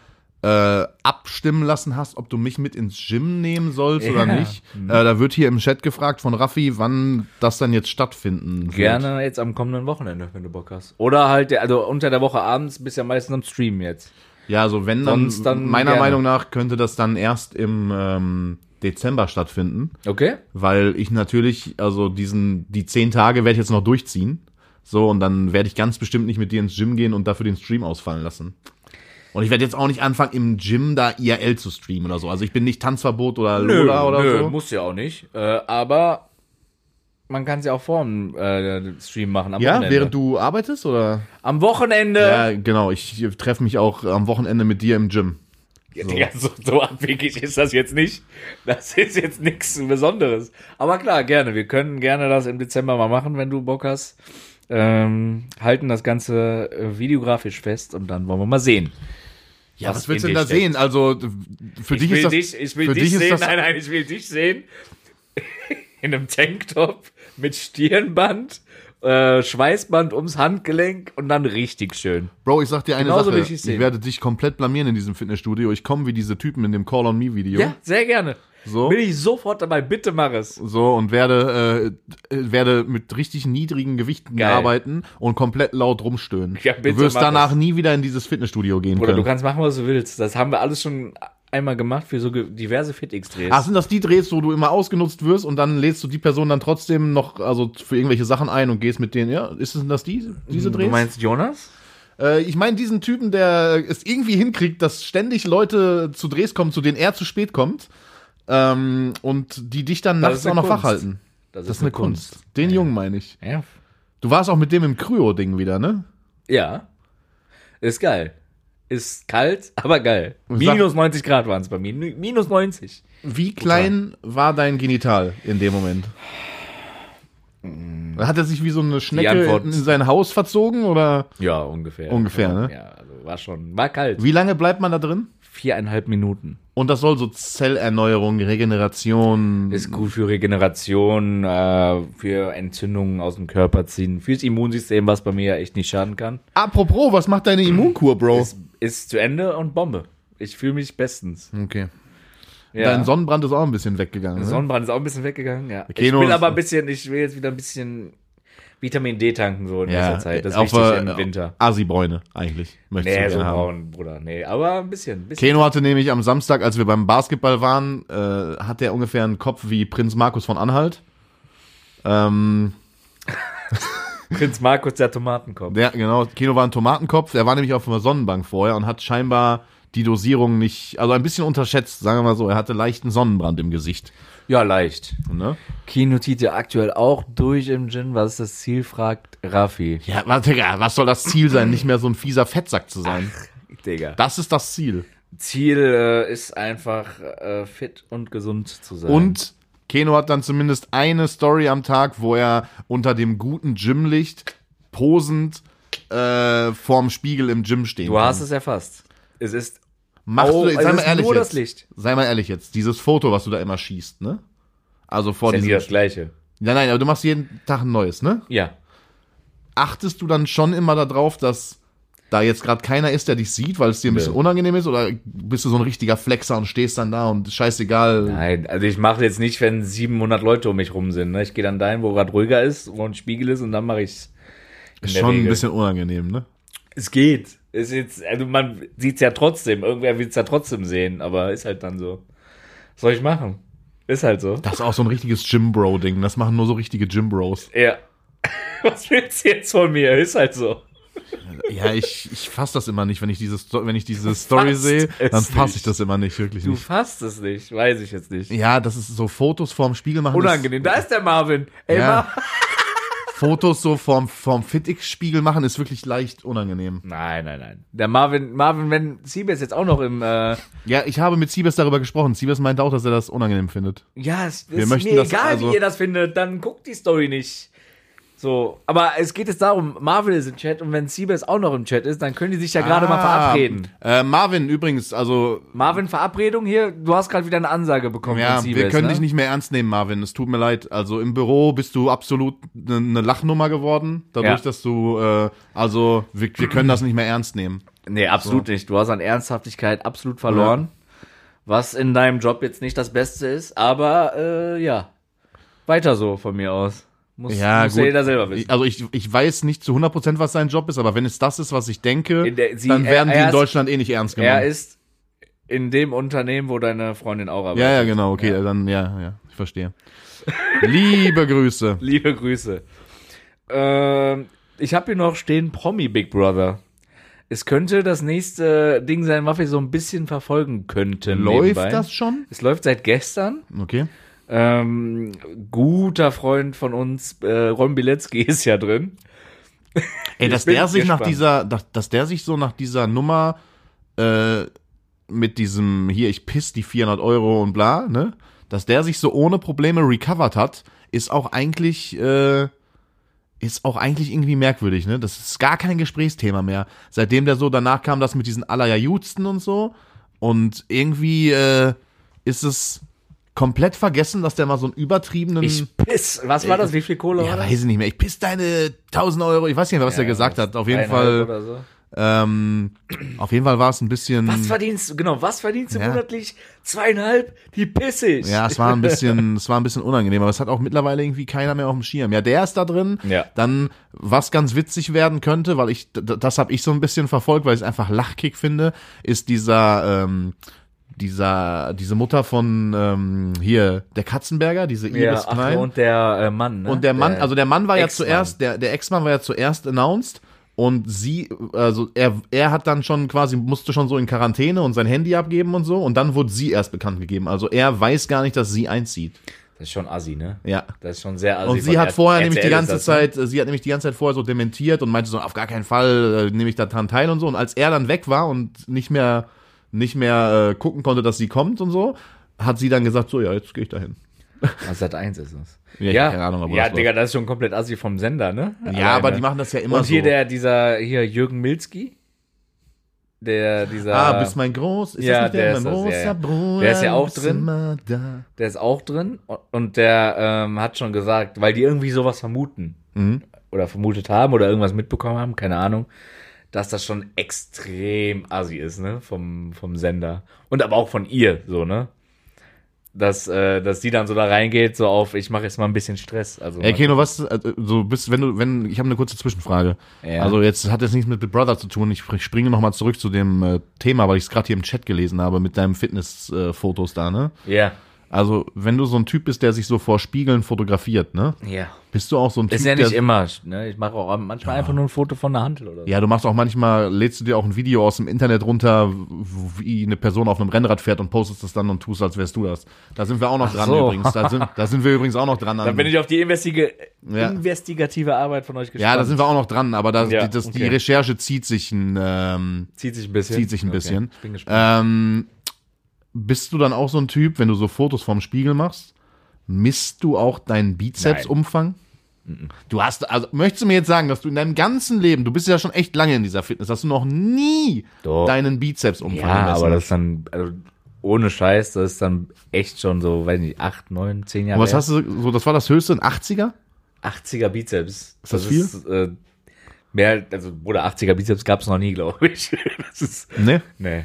S1: äh, abstimmen lassen hast, ob du mich mit ins Gym nehmen sollst oder
S2: Ja.
S1: nicht. Äh, da wird hier im Chat gefragt von Raffi, wann das dann jetzt stattfinden wird.
S2: Gerne jetzt am kommenden Wochenende, wenn du Bock hast. Oder halt, der- also unter der Woche abends bist ja meistens am Stream jetzt.
S1: Ja, also wenn dann,
S2: Sonst dann
S1: meiner
S2: gerne.
S1: Meinung nach könnte das dann erst im ähm, Dezember stattfinden,
S2: Okay?
S1: weil ich natürlich, also diesen, die zehn Tage werde ich jetzt noch durchziehen. So, und dann werde ich ganz bestimmt nicht mit dir ins Gym gehen und dafür den Stream ausfallen lassen. Und ich werde jetzt auch nicht anfangen, im Gym da IRL zu streamen oder so. Also ich bin nicht Tanzverbot oder Lola oder so.
S2: muss ja auch nicht. Äh, aber man kann es ja auch vor dem äh, Stream machen. Am
S1: ja,
S2: Wochenende. Äh.
S1: während du arbeitest oder?
S2: Am Wochenende!
S1: Ja, genau. Ich treffe mich auch am Wochenende mit dir im Gym.
S2: (laughs) Ja, Digga, so, so abwegig ist das jetzt nicht. Das (laughs) ist jetzt nichts Besonderes. Aber klar, gerne. Wir können gerne das im Dezember mal machen, wenn du Bock hast. Ähm, halten das Ganze äh, videografisch fest und dann wollen wir mal sehen.
S1: Ja, was,
S2: in
S1: willst du denn
S2: dir
S1: da
S2: steckt.
S1: sehen? Also für
S2: ich
S1: dich
S2: will
S1: ist das
S2: dich, ich will
S1: für
S2: dich,
S1: dich ist
S2: sehen,
S1: das-
S2: nein, nein, ich will dich sehen. (laughs) In einem Tanktop mit Stirnband, äh, Schweißband ums Handgelenk und dann richtig schön.
S1: Bro, ich sag dir eine
S2: Genauso will
S1: Sache.
S2: ich
S1: Ich,
S2: es sehen.
S1: werde dich komplett blamieren in diesem Fitnessstudio. Ich komme wie diese Typen in dem Call on Me Video.
S2: Ja, sehr gerne.
S1: So.
S2: Bin ich sofort dabei, bitte mach es.
S1: So und werde, äh, äh, werde mit richtig niedrigen Gewichten
S2: Geil.
S1: arbeiten und komplett laut rumstöhnen.
S2: Ja, bitte
S1: du wirst
S2: mach
S1: danach
S2: das.
S1: nie wieder in dieses Fitnessstudio gehen
S2: Oder du
S1: können.
S2: kannst machen, was du willst. Das haben wir alles schon einmal gemacht für so ge- diverse FitX-Drehs.
S1: Ach, sind das die Drehs, wo du immer ausgenutzt wirst und dann lädst du die Person dann trotzdem noch also für irgendwelche Sachen ein und gehst mit denen, ja? Ist es das die, diese Drehs?
S2: Hm, Du meinst Jonas?
S1: Äh, ich meine diesen Typen, der es irgendwie hinkriegt, dass ständig Leute zu Drehs kommen, zu denen er zu spät kommt. Ähm, und die dich dann nachts
S2: ist
S1: auch
S2: eine
S1: noch
S2: Kunst.
S1: wach halten. Das ist eine Kunst. Den Jungen meine ich.
S2: Ja.
S1: Du warst auch mit dem im Kryo-Ding wieder, ne?
S2: ja. Ist geil. Ist kalt, (laughs) aber geil.
S1: Und sag-
S2: Minus 90 Grad waren es bei mir. Nu- Minus 90.
S1: Wie klein war dein Genital in dem Moment? Hat er sich wie so eine Schnecke
S2: Mm. Antwort-
S1: in sein Haus verzogen oder
S2: Ja, ungefähr.
S1: Ungefähr, ne?
S2: Ja, also war schon, war kalt.
S1: wie lange bleibt man da drin?
S2: Viereinhalb Minuten.
S1: Und das soll so Zellerneuerung, Regeneration.
S2: Ist gut für Regeneration, äh, für Entzündungen aus dem Körper ziehen, fürs Immunsystem, was bei mir ja echt nicht schaden kann.
S1: Apropos, was macht deine Immunkur, Bro?
S2: Ist, ist zu Ende und Bombe. Ich fühle mich bestens.
S1: Okay.
S2: Ja.
S1: Dein Sonnenbrand ist auch ein bisschen weggegangen. Ne?
S2: Sonnenbrand ist auch ein bisschen weggegangen, ja. Ich
S1: Keno
S2: will
S1: ist-
S2: aber ein bisschen, ich will jetzt wieder ein bisschen Vitamin D tanken, so in dieser Zeit. Das ist
S1: auf,
S2: wichtig
S1: äh,
S2: im Winter.
S1: Asi-Bräune eigentlich. Möchtest
S2: Nee,
S1: du
S2: so
S1: gerne haben.
S2: braun, Bruder. Nee, aber ein bisschen. Ein bisschen.
S1: Keno hatte nämlich am Samstag, als wir beim Basketball waren, äh, hat er ungefähr einen Kopf wie Prinz Markus von Anhalt. Ähm,
S2: Prinz Markus, der Tomatenkopf.
S1: der, genau, Keno war ein Tomatenkopf. Er war nämlich auf einer Sonnenbank vorher und hat scheinbar die Dosierung nicht, also ein bisschen unterschätzt, sagen wir mal so. Er hatte leichten Sonnenbrand im Gesicht.
S2: Ja, leicht.
S1: Ne?
S2: Kino zieht ja aktuell auch durch im Gin. Was ist das Ziel, fragt Raffi.
S1: Ja, was, Digga, was soll das Ziel sein, nicht mehr so ein fieser Fettsack zu sein?
S2: Digga.
S1: Das ist das Ziel.
S2: Ziel äh, ist einfach, äh, fit und gesund zu sein.
S1: Und Keno hat dann zumindest eine Story am Tag, wo er unter dem guten Gymlicht posend äh, vorm Spiegel im Gym stehen
S2: du hast es erfasst. Es ist
S1: Machst
S2: Oh,
S1: du,
S2: es
S1: sei mal
S2: ist
S1: ehrlich
S2: nur
S1: jetzt.
S2: das Licht.
S1: Sei mal ehrlich jetzt. Dieses Foto, was du da immer schießt, ne? Also vor
S2: ja nie
S1: diesem.
S2: das Gleiche.
S1: Nein, nein, aber du machst jeden Tag ein neues, ne?
S2: Ja.
S1: Achtest du dann schon immer darauf, dass da jetzt gerade keiner ist, der dich sieht, weil es dir ein bisschen
S2: Nee.
S1: unangenehm ist? Oder bist du so ein richtiger Flexer und stehst dann da und scheißegal?
S2: Nein, also ich mache jetzt nicht, wenn 700 Leute um mich rum sind. Ne? Ich gehe dann dahin, wo gerade ruhiger ist, wo ein Spiegel ist und dann mache ich's. in
S1: ist
S2: der
S1: schon ein
S2: Regel.
S1: bisschen unangenehm, ne?
S2: Es geht. Ist jetzt, also man sieht's ja trotzdem. Irgendwer will's ja trotzdem sehen, aber ist halt dann so. Was soll ich machen? Ist halt so.
S1: Das ist auch so ein richtiges Gym-Bro-Ding. Das machen nur so richtige Gym-Bros.
S2: Ja. (laughs) Was willst du jetzt von mir? Ist halt so.
S1: Ja, ich, ich fasse das immer nicht. Wenn ich diese, Sto- wenn ich diese Story
S2: fasst
S1: sehe,
S2: es
S1: dann fasse ich
S2: nicht.
S1: das immer nicht, wirklich
S2: Du
S1: nicht.
S2: fasst es nicht. Weiß ich jetzt nicht.
S1: Ja, das ist so Fotos vorm Spiegel machen.
S2: Unangenehm. Da ist der Marvin. Ey,
S1: Ja.
S2: Mar
S1: Ist, Fotos so vorm, vorm Fitix-Spiegel machen ist wirklich leicht unangenehm.
S2: Nein, nein, nein. Der Marvin, Marvin, wenn Siebes jetzt auch noch im, äh,
S1: Ja, ich habe mit Siebes darüber gesprochen. Siebes meinte auch, dass er das unangenehm findet.
S2: ja, es
S1: Wir
S2: ist
S1: möchten
S2: mir
S1: das-
S2: egal,
S1: also-
S2: wie ihr das findet, dann guckt die Story nicht. So, aber es geht jetzt darum, Marvin ist im Chat und wenn Siebes auch noch im Chat ist, dann können die sich ja gerade mal
S1: Ah,
S2: verabreden.
S1: Äh, Marvin, übrigens, also,
S2: Marvin, Verabredung hier, du hast gerade wieder eine Ansage bekommen
S1: ja,
S2: von Siebes.
S1: wir können
S2: ne?
S1: dich nicht mehr ernst nehmen, Marvin. Es tut mir leid. Also im Büro bist du absolut eine ne Lachnummer geworden, dadurch,
S2: Ja.
S1: dass du, äh, also, wir, wir können das nicht mehr ernst nehmen.
S2: Nee, absolut nicht. Du hast an Ernsthaftigkeit absolut verloren. Was in deinem Job jetzt nicht das Beste ist, aber äh, ja. Weiter so von mir aus. Muss, muss ja jeder selber wissen.
S1: Also ich, ich weiß nicht zu 100% was sein Job ist, aber wenn es das ist, was ich denke,
S2: In der- sie-
S1: dann
S2: er-
S1: werden
S2: er
S1: die in
S2: ist-
S1: Deutschland eh nicht ernst genommen.
S2: Er ist in dem Unternehmen, wo deine Freundin auch arbeitet.
S1: ja, ja, genau, okay, dann, ja, ja, ich verstehe. Liebe (laughs) Grüße.
S2: Liebe Grüße. Ähm, ich habe hier noch stehen Promi Big Brother. Es könnte das nächste Ding sein, was wir so ein bisschen verfolgen könnten.
S1: Läuft
S2: nebenbei.
S1: das schon?
S2: Es läuft seit gestern.
S1: Okay.
S2: Ähm, guter Freund von uns, äh, Ron Bilecki, (laughs) ist ja drin.
S1: Ey,
S2: Ich
S1: dass
S2: bin
S1: der sich nach
S2: gespannt.
S1: dieser, dass, dass der sich so nach dieser Nummer äh, mit diesem hier, ich piss die 400 Euro und bla, ne, dass der sich so ohne Probleme recovered hat, ist auch eigentlich, äh, ist auch eigentlich irgendwie merkwürdig, ne? Das ist gar kein Gesprächsthema mehr. Seitdem der so danach kam, das mit diesen Allerjajutsten und so. Und irgendwie äh, ist es komplett vergessen, dass der mal so einen übertriebenen.
S2: Ich piss. Was war das? Wie viel Kohle
S1: ja,
S2: war das?
S1: weiß ich nicht mehr. Ich piss deine 1000 Euro. Ich weiß nicht mehr, was der gesagt hat. Auf jeden
S2: Eineinhalb
S1: Fall.
S2: Oder so.
S1: Ähm, auf jeden Fall war es ein bisschen.
S2: Was verdienst du? Genau, was verdienst du
S1: Hm. Ja.
S2: monatlich? Zweieinhalb? Die piss
S1: (laughs)
S2: ich.
S1: ja, es war ein bisschen, es war ein bisschen unangenehm, aber es hat auch mittlerweile irgendwie keiner mehr auf dem Schirm. Ja, der ist da drin.
S2: Ja.
S1: Dann, was ganz witzig werden könnte, weil ich, d- das habe ich so ein bisschen verfolgt, weil ich es einfach Lachkick finde, ist dieser, ähm, dieser, diese Mutter von ähm, hier, der Katzenberger, diese Iris
S2: Ja, ach,
S1: Klein.
S2: und der äh, Mann. Ne?
S1: Und der Mann, also der Mann war ja
S2: Ex-Mann.
S1: zuerst, der, der Ex-Mann war ja zuerst announced und sie, also er, er hat dann schon quasi, musste schon so in Quarantäne und sein Handy abgeben und so und dann wurde sie erst bekannt gegeben. Also er weiß gar nicht, dass sie einzieht.
S2: Das ist schon assi, ne?
S1: Ja.
S2: Das ist schon sehr assi.
S1: Und sie
S2: von
S1: hat
S2: R-
S1: vorher
S2: RTL
S1: nämlich die
S2: ist
S1: ganze
S2: das, ne?
S1: Zeit, sie hat nämlich die ganze Zeit vorher so dementiert und meinte so, auf gar keinen Fall äh, nehme ich daran teil und so. Und als er dann weg war und nicht mehr, nicht mehr äh, gucken konnte, dass sie kommt und so, hat sie dann gesagt, so, ja, jetzt gehe ich dahin.
S2: Also Sat 1 ist es.
S1: Ja, ich hab keine Ahnung, aber
S2: ja
S1: das war-
S2: Digga, das ist schon komplett assi vom Sender, ne?
S1: Ja, aber die machen das ja immer
S2: Und hier
S1: so.
S2: der, dieser, hier Jürgen Milski. Der, dieser.
S1: Ah, bist mein Groß. Ist
S2: Ja,
S1: das nicht der,
S2: der
S1: mein
S2: ist das,
S1: großer
S2: ja, ja.
S1: Bruder?
S2: Der ist ja auch
S1: bist
S2: drin.
S1: immer Da.
S2: Der ist auch drin und der ähm, hat schon gesagt, weil die irgendwie sowas vermuten oder vermutet haben oder irgendwas mitbekommen haben, keine Ahnung, dass das schon extrem assi ist, ne, vom, vom Sender. Und aber auch von ihr, so, ne? Dass, äh, dass die dann so da reingeht, so auf, ich mache jetzt mal ein bisschen Stress. Also,
S1: Ey, Keno, was, äh, so bist, wenn du, wenn, ich habe eine kurze Zwischenfrage.
S2: Ja.
S1: Also jetzt hat das nichts mit Big Brother zu tun. Ich spr- springe nochmal zurück zu dem äh, Thema, weil ich es gerade hier im Chat gelesen habe mit deinem Fitness-Fotos da, ne?
S2: ja,
S1: Also, wenn du so ein Typ bist, der sich so vor Spiegeln fotografiert, ne?
S2: ja.
S1: Bist du auch so ein Typ,
S2: Ist ja nicht
S1: der,
S2: immer, ne? Ich mache auch manchmal einfach nur ein Foto von der Handel oder so.
S1: ja, du machst auch manchmal, lädst du dir auch ein Video aus dem Internet runter, w- wie eine Person auf einem Rennrad fährt und postest das dann und tust, als wärst du das. Da sind wir auch noch dran
S2: so.
S1: übrigens. Da sind, da sind wir übrigens auch noch
S2: (laughs)
S1: dran.
S2: Dann bin ich auf die investige,
S1: Ja.
S2: investigative Arbeit von euch gespannt.
S1: Ja, da sind wir auch noch dran, aber da,
S2: Ja,
S1: die, das, die
S2: okay.
S1: Recherche zieht sich ein, ähm,
S2: Zieht sich ein bisschen.
S1: zieht sich ein bisschen.
S2: Okay. Ich bin gespannt.
S1: Ähm, bist du dann auch so ein Typ, wenn du so Fotos vorm Spiegel machst, misst du auch deinen Bizepsumfang? Du hast, also möchtest du mir jetzt sagen, dass du in deinem ganzen Leben, du bist ja schon echt lange in dieser Fitness, dass du noch nie
S2: Doch.
S1: deinen Bizepsumfang
S2: Ja,
S1: gemessen
S2: aber das
S1: hast?
S2: ist dann, also ohne Scheiß, das ist dann echt schon so, weiß nicht, 8, 9, 10 Jahre.
S1: Und was hast du, so, das war das höchste in 80er?
S2: 80er Bizeps. Ist
S1: das
S2: Ist, äh, Mehr, also, Bruder, 80er Bizeps gab es noch nie, glaube ich. (laughs) Das ist,
S1: Ne?
S2: nee.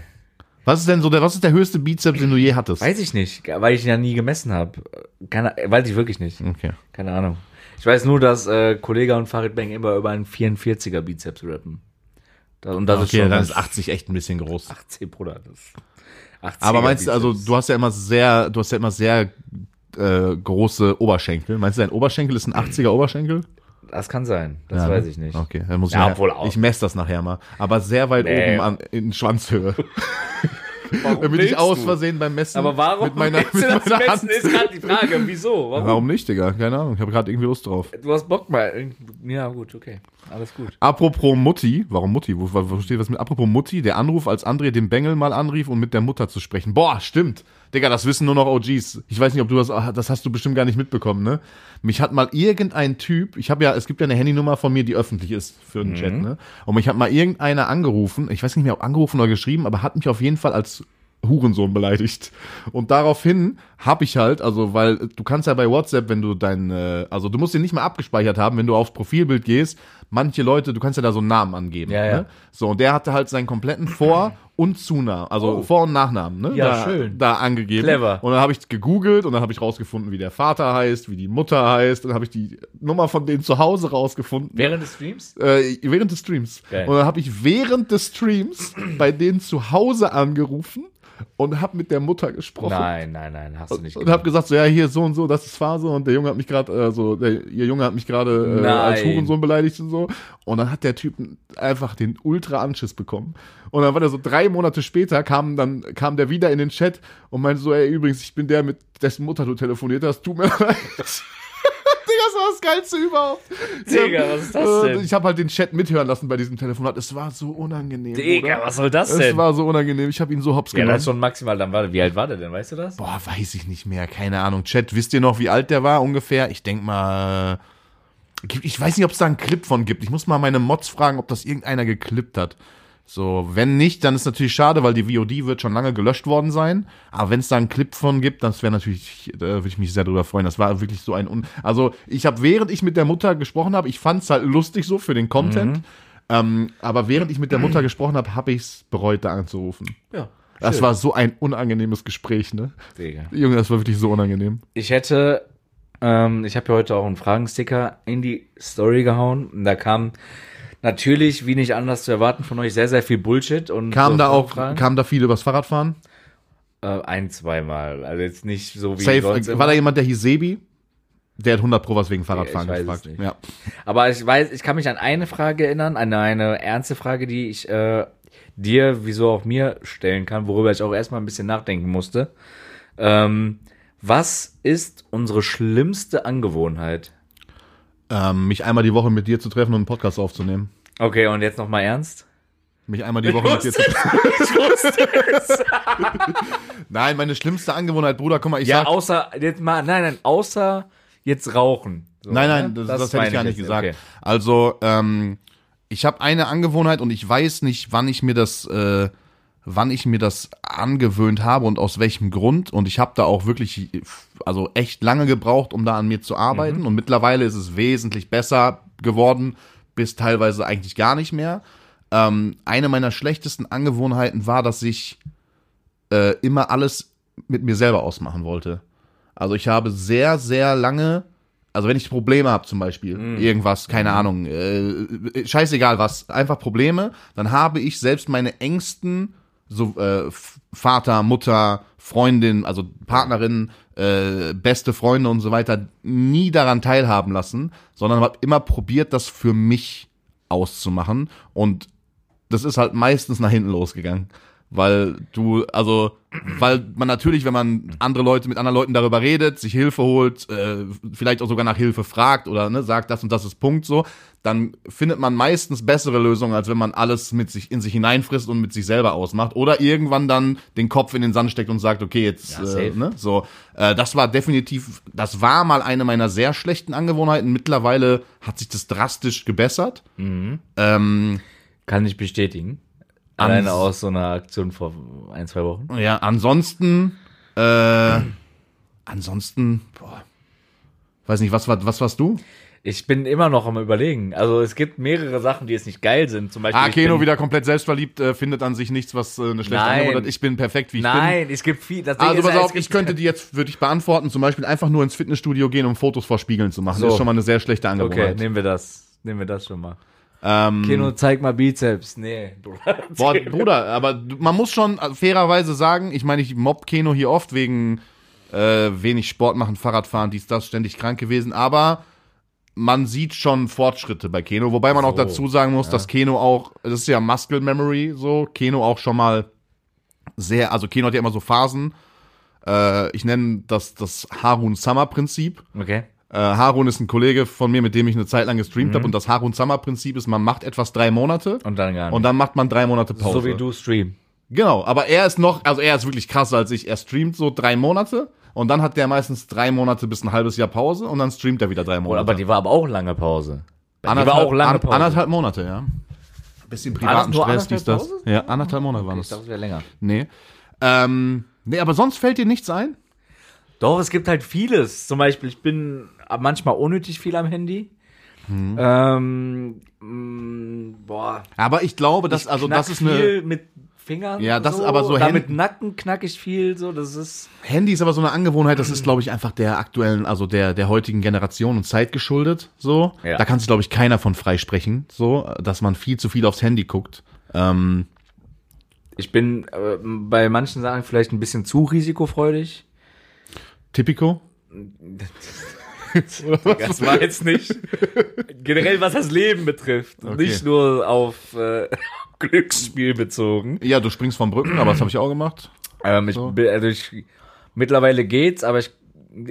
S1: Was ist denn so der, was ist der höchste Bizeps, den du je hattest?
S2: Weiß ich nicht, weil ich ihn ja nie gemessen habe. Keine, weiß ich wirklich nicht.
S1: Okay.
S2: Keine Ahnung. Ich weiß nur, dass äh, Kollega und Farid Bang immer über einen 44er Bizeps rappen. Da, und das ist
S1: Okay,
S2: schon
S1: dann ist 80 echt ein bisschen groß.
S2: 18, Bruder. Das 80
S1: Aber meinst du, also du hast ja immer sehr, du hast ja immer sehr äh, große Oberschenkel. Meinst du, dein Oberschenkel ist ein 80er Oberschenkel?
S2: Das kann sein. Das
S1: Ja, ne?
S2: weiß ich nicht.
S1: Okay, dann muss ich
S2: Ja,
S1: nachher,
S2: obwohl auch.
S1: Ich messe das nachher mal. Aber sehr weit
S2: Nee.
S1: oben an, in
S2: (laughs)
S1: Schwanzhöhe. Damit ich aus Versehen beim Messen
S2: Aber warum
S1: mit meiner,
S2: willst du
S1: mit
S2: das
S1: meiner
S2: messen,
S1: Hand.
S2: ist gerade die Frage. Wieso? Warum?
S1: Warum nicht, Digga? Keine Ahnung. Ich habe gerade irgendwie Lust drauf.
S2: Du hast Bock mal. Ja, gut, okay. Alles gut.
S1: Apropos Mutti, warum Mutti? Wo, wo wo steht was mit apropos Mutti? Der Anruf, als André den Bengel mal anrief und mit der Mutter zu sprechen. Boah, stimmt. Digga, das wissen nur noch OGs. Ich weiß nicht, ob du das, ah, das hast du bestimmt gar nicht mitbekommen, ne? Mich hat mal irgendein Typ, ich habe ja, es gibt ja eine Handynummer von mir, die öffentlich ist für den Chat, ne? Und mich hat mal irgendeiner angerufen, ich weiß nicht mehr, ob angerufen oder geschrieben, aber hat mich auf jeden Fall als Hurensohn beleidigt. Und daraufhin habe ich halt, also weil äh, du kannst ja bei WhatsApp, wenn du dein, äh, also du musst den nicht mal abgespeichert haben, wenn du aufs Profilbild gehst, manche Leute, du kannst ja da so einen Namen angeben.
S2: Ja,
S1: ne?
S2: ja.
S1: So, und der hatte halt seinen kompletten Vor- und Zunamen, also
S2: Oh.
S1: Vor- und Nachnamen, ne?
S2: Ja,
S1: da,
S2: schön.
S1: Da angegeben.
S2: Clever.
S1: Und dann habe ich gegoogelt und dann habe ich rausgefunden, wie der Vater heißt, wie die Mutter heißt, dann habe ich die Nummer von denen zu Hause rausgefunden
S2: Während des Streams?
S1: äh, während des Streams.
S2: Geil.
S1: Und dann habe ich während des Streams bei denen zu Hause angerufen und habe mit der Mutter gesprochen.
S2: Nein, nein, nein, hast du nicht
S1: Oh. Und habe gesagt, so, ja, hier so und so, das ist Phase und der Junge hat mich gerade, äh, so, der, ihr Junge hat mich gerade äh,
S2: Nein.
S1: als Hurensohn beleidigt und so. Und dann hat der Typ einfach den Ultra-Anschiss bekommen. Und dann war der so drei Monate später, kam dann, kam der wieder in den Chat und meinte so, ey, übrigens, ich bin der, mit dessen Mutter du telefoniert hast, tut mir (laughs) leid. Digga, das war das Geilste überhaupt.
S2: Digga, was ist das denn?
S1: Äh, Ich habe halt den Chat mithören lassen bei diesem Telefonat. Es war so unangenehm.
S2: Digga,
S1: oder?
S2: was soll das
S1: Es
S2: denn?
S1: war so unangenehm. Ich habe ihn so hops
S2: ja,
S1: genommen.
S2: das ist schon maximal. Dann war, wie alt war der denn? Weißt du das?
S1: Boah, weiß ich nicht mehr. Keine Ahnung. Chat, wisst ihr noch, wie alt der war ungefähr? Ich denk mal. Ich weiß nicht, ob es da einen Clip von gibt. Ich muss mal meine Mods fragen, ob das irgendeiner geklippt hat. So, wenn nicht, dann ist natürlich schade, weil die VOD wird schon lange gelöscht worden sein. Aber wenn es da einen Clip von gibt, das wäre natürlich, da würde ich mich sehr drüber freuen. Das war wirklich so ein Un Also, ich habe, während ich mit der Mutter gesprochen habe, ich fand's halt lustig so für den Content. Ähm, aber während ich mit der Mutter gesprochen habe, habe ich's bereut, da anzurufen.
S2: Ja.
S1: Das war so ein unangenehmes Gespräch, ne?
S2: Digga.
S1: Junge, das war wirklich so unangenehm.
S2: Ich hätte, ähm, ich habe ja heute auch einen Fragensticker in die Story gehauen. Und da kam natürlich, wie nicht anders zu erwarten, von euch sehr, sehr viel Bullshit. Und
S1: Kamen
S2: so
S1: da auch,
S2: Fragen.
S1: kamen da viele übers Fahrradfahren?
S2: äh, ein, zweimal. Also jetzt nicht so wie
S1: Safe.
S2: sonst
S1: äh,
S2: immer.
S1: War da jemand, der hieß Sebi? Der hat 100 Pro was wegen Fahrradfahren
S2: weiß es
S1: gefragt.
S2: nicht.
S1: Ja.
S2: Aber ich weiß, ich kann mich an eine Frage erinnern, an eine ernste Frage, die ich äh, dir, wieso auch mir, stellen kann, worüber ich auch erstmal ein bisschen nachdenken musste. Ähm, was ist unsere schlimmste Angewohnheit?
S1: Ähm, mich einmal die Woche mit dir zu treffen und einen Podcast aufzunehmen.
S2: Okay, und jetzt nochmal ernst?
S1: Mich einmal die Woche mit dir zu treffen. (laughs) Nein, meine schlimmste Angewohnheit, Bruder, guck mal, ich
S2: Ja,
S1: sag.
S2: außer, jetzt mal, nein, nein, außer jetzt rauchen. So,
S1: nein, nein,
S2: ne?
S1: das, das, hätte ich
S2: meine
S1: gar nicht
S2: jetzt,
S1: gesagt.
S2: okay.
S1: Also, ähm, ich habe eine Angewohnheit und ich weiß nicht, wann ich mir das, äh, wann ich mir das angewöhnt habe und aus welchem Grund. Und ich habe da auch wirklich, also echt lange gebraucht, um da an mir zu arbeiten.
S2: Mhm.
S1: Und mittlerweile ist es wesentlich besser geworden, bis teilweise eigentlich gar nicht mehr. Ähm, eine meiner schlechtesten Angewohnheiten war, dass ich äh, immer alles mit mir selber ausmachen wollte. Also ich habe sehr, sehr lange, also wenn ich Probleme habe zum Beispiel, irgendwas, keine Ahnung, äh, scheißegal was, einfach Probleme, dann habe ich selbst meine engsten, so äh, F- Vater, Mutter, Freundin, also Partnerin, äh, beste Freunde und so weiter, nie daran teilhaben lassen, sondern habe immer probiert, das für mich auszumachen und das ist halt meistens nach hinten losgegangen. Weil du, also, weil man natürlich, wenn man andere Leute mit anderen Leuten darüber redet, sich Hilfe holt, äh, vielleicht auch sogar nach Hilfe fragt oder ne, sagt, das und das ist Punkt so, dann findet man meistens bessere Lösungen, als wenn man alles mit sich in sich hineinfrisst und mit sich selber ausmacht. Oder irgendwann dann den Kopf in den Sand steckt und sagt, okay, jetzt,
S2: Ja,
S1: äh,
S2: safe.
S1: ne, so. Äh, das war definitiv, das war mal eine meiner sehr schlechten Angewohnheiten. Mittlerweile hat sich das drastisch gebessert. Ähm,
S2: Kann ich bestätigen.
S1: Ans-
S2: Alleine aus so einer Aktion vor ein, zwei Wochen.
S1: Ja, ansonsten, äh, ansonsten, boah, weiß nicht, was, war- was warst du?
S2: Ich bin immer noch am überlegen. Also es gibt mehrere Sachen, die jetzt nicht geil sind. Zum Beispiel.
S1: Ah,
S2: ich
S1: Keno
S2: bin-
S1: wieder komplett selbstverliebt, äh, findet an sich nichts, was äh, eine schlechte
S2: Nein.
S1: Antwort hat. Ich bin perfekt, wie ich bin.
S2: Nein, es gibt viel. Das Ding
S1: Also
S2: ist ja,
S1: pass
S2: es
S1: auf,
S2: gibt-
S1: ich könnte die jetzt für dich beantworten. Zum Beispiel einfach nur ins Fitnessstudio gehen, um Fotos vor Spiegeln zu machen.
S2: So.
S1: Ist schon mal eine sehr schlechte
S2: (laughs) Okay,
S1: Angewohnheit.
S2: nehmen wir das. Nehmen wir das schon mal.
S1: ähm,
S2: Keno, zeig mal Bizeps. Nee, Bruder.
S1: boah, Bruder, aber du- man muss schon äh, fairerweise sagen, ich meine, ich mobb Keno hier oft wegen äh, wenig Sport machen, Fahrradfahren, dies, das, ständig krank gewesen. Aber man sieht schon Fortschritte bei Keno. Wobei man auch
S2: So,
S1: dazu sagen muss, dass Keno auch, das ist ja Muscle Memory so, Keno auch schon mal sehr, also Keno hat ja immer so Phasen. Äh, ich nenne das das Harun-Summer-Prinzip.
S2: Okay.
S1: Äh, Harun ist ein Kollege von mir, mit dem ich eine Zeit lang gestreamt
S2: Mhm.
S1: habe. Und das Harun-Summer-Prinzip ist, man macht etwas drei Monate
S2: Und dann gar nicht.
S1: und dann macht man drei Monate Pause.
S2: So wie du stream.
S1: Genau, aber er ist noch, also er ist wirklich krasser als ich. Er streamt so drei Monate und dann hat der meistens drei Monate bis ein halbes Jahr Pause und dann streamt er wieder drei
S2: Oder,
S1: Monate.
S2: aber die war aber auch lange Pause. Die
S1: anderthalb,
S2: war auch lange
S1: an-
S2: Pause.
S1: anderthalb Monate, ja. Bisschen privaten
S2: nur
S1: Stress, dies, das.
S2: anderthalb
S1: Ja, anderthalb Monate waren
S2: ich
S1: es.
S2: glaube, es wäre länger.
S1: Nee. Ähm, nee, aber sonst fällt dir nichts ein?
S2: Doch, es gibt halt vieles. Zum Beispiel, ich bin manchmal unnötig viel am Handy.
S1: Hm.
S2: Ähm, mh, boah.
S1: Aber ich glaube, dass,
S2: Ich
S1: also
S2: knack
S1: das ist eine,
S2: viel mit Fingern.
S1: Ja, das aber so
S2: Damit
S1: Händen-
S2: Nacken knack ich viel, so, das ist.
S1: Handy ist aber so eine Angewohnheit, das ist, glaube ich, einfach der aktuellen, also der, der heutigen Generation und Zeit geschuldet. So.
S2: Ja.
S1: Da kann sich, glaube ich, keiner von freisprechen, so, dass man viel zu viel aufs Handy guckt. Ähm,
S2: Ich bin äh, bei manchen Sachen vielleicht ein bisschen zu risikofreudig.
S1: Typico?
S2: (laughs) Das war jetzt nicht. Generell, was das Leben betrifft. und
S1: Okay.
S2: Nicht nur auf äh, (laughs) Glücksspiel bezogen.
S1: Ja, du springst vom Brücken, aber das habe ich auch gemacht.
S2: Ähm, ich, bin- also ich, mittlerweile geht's, aber ich,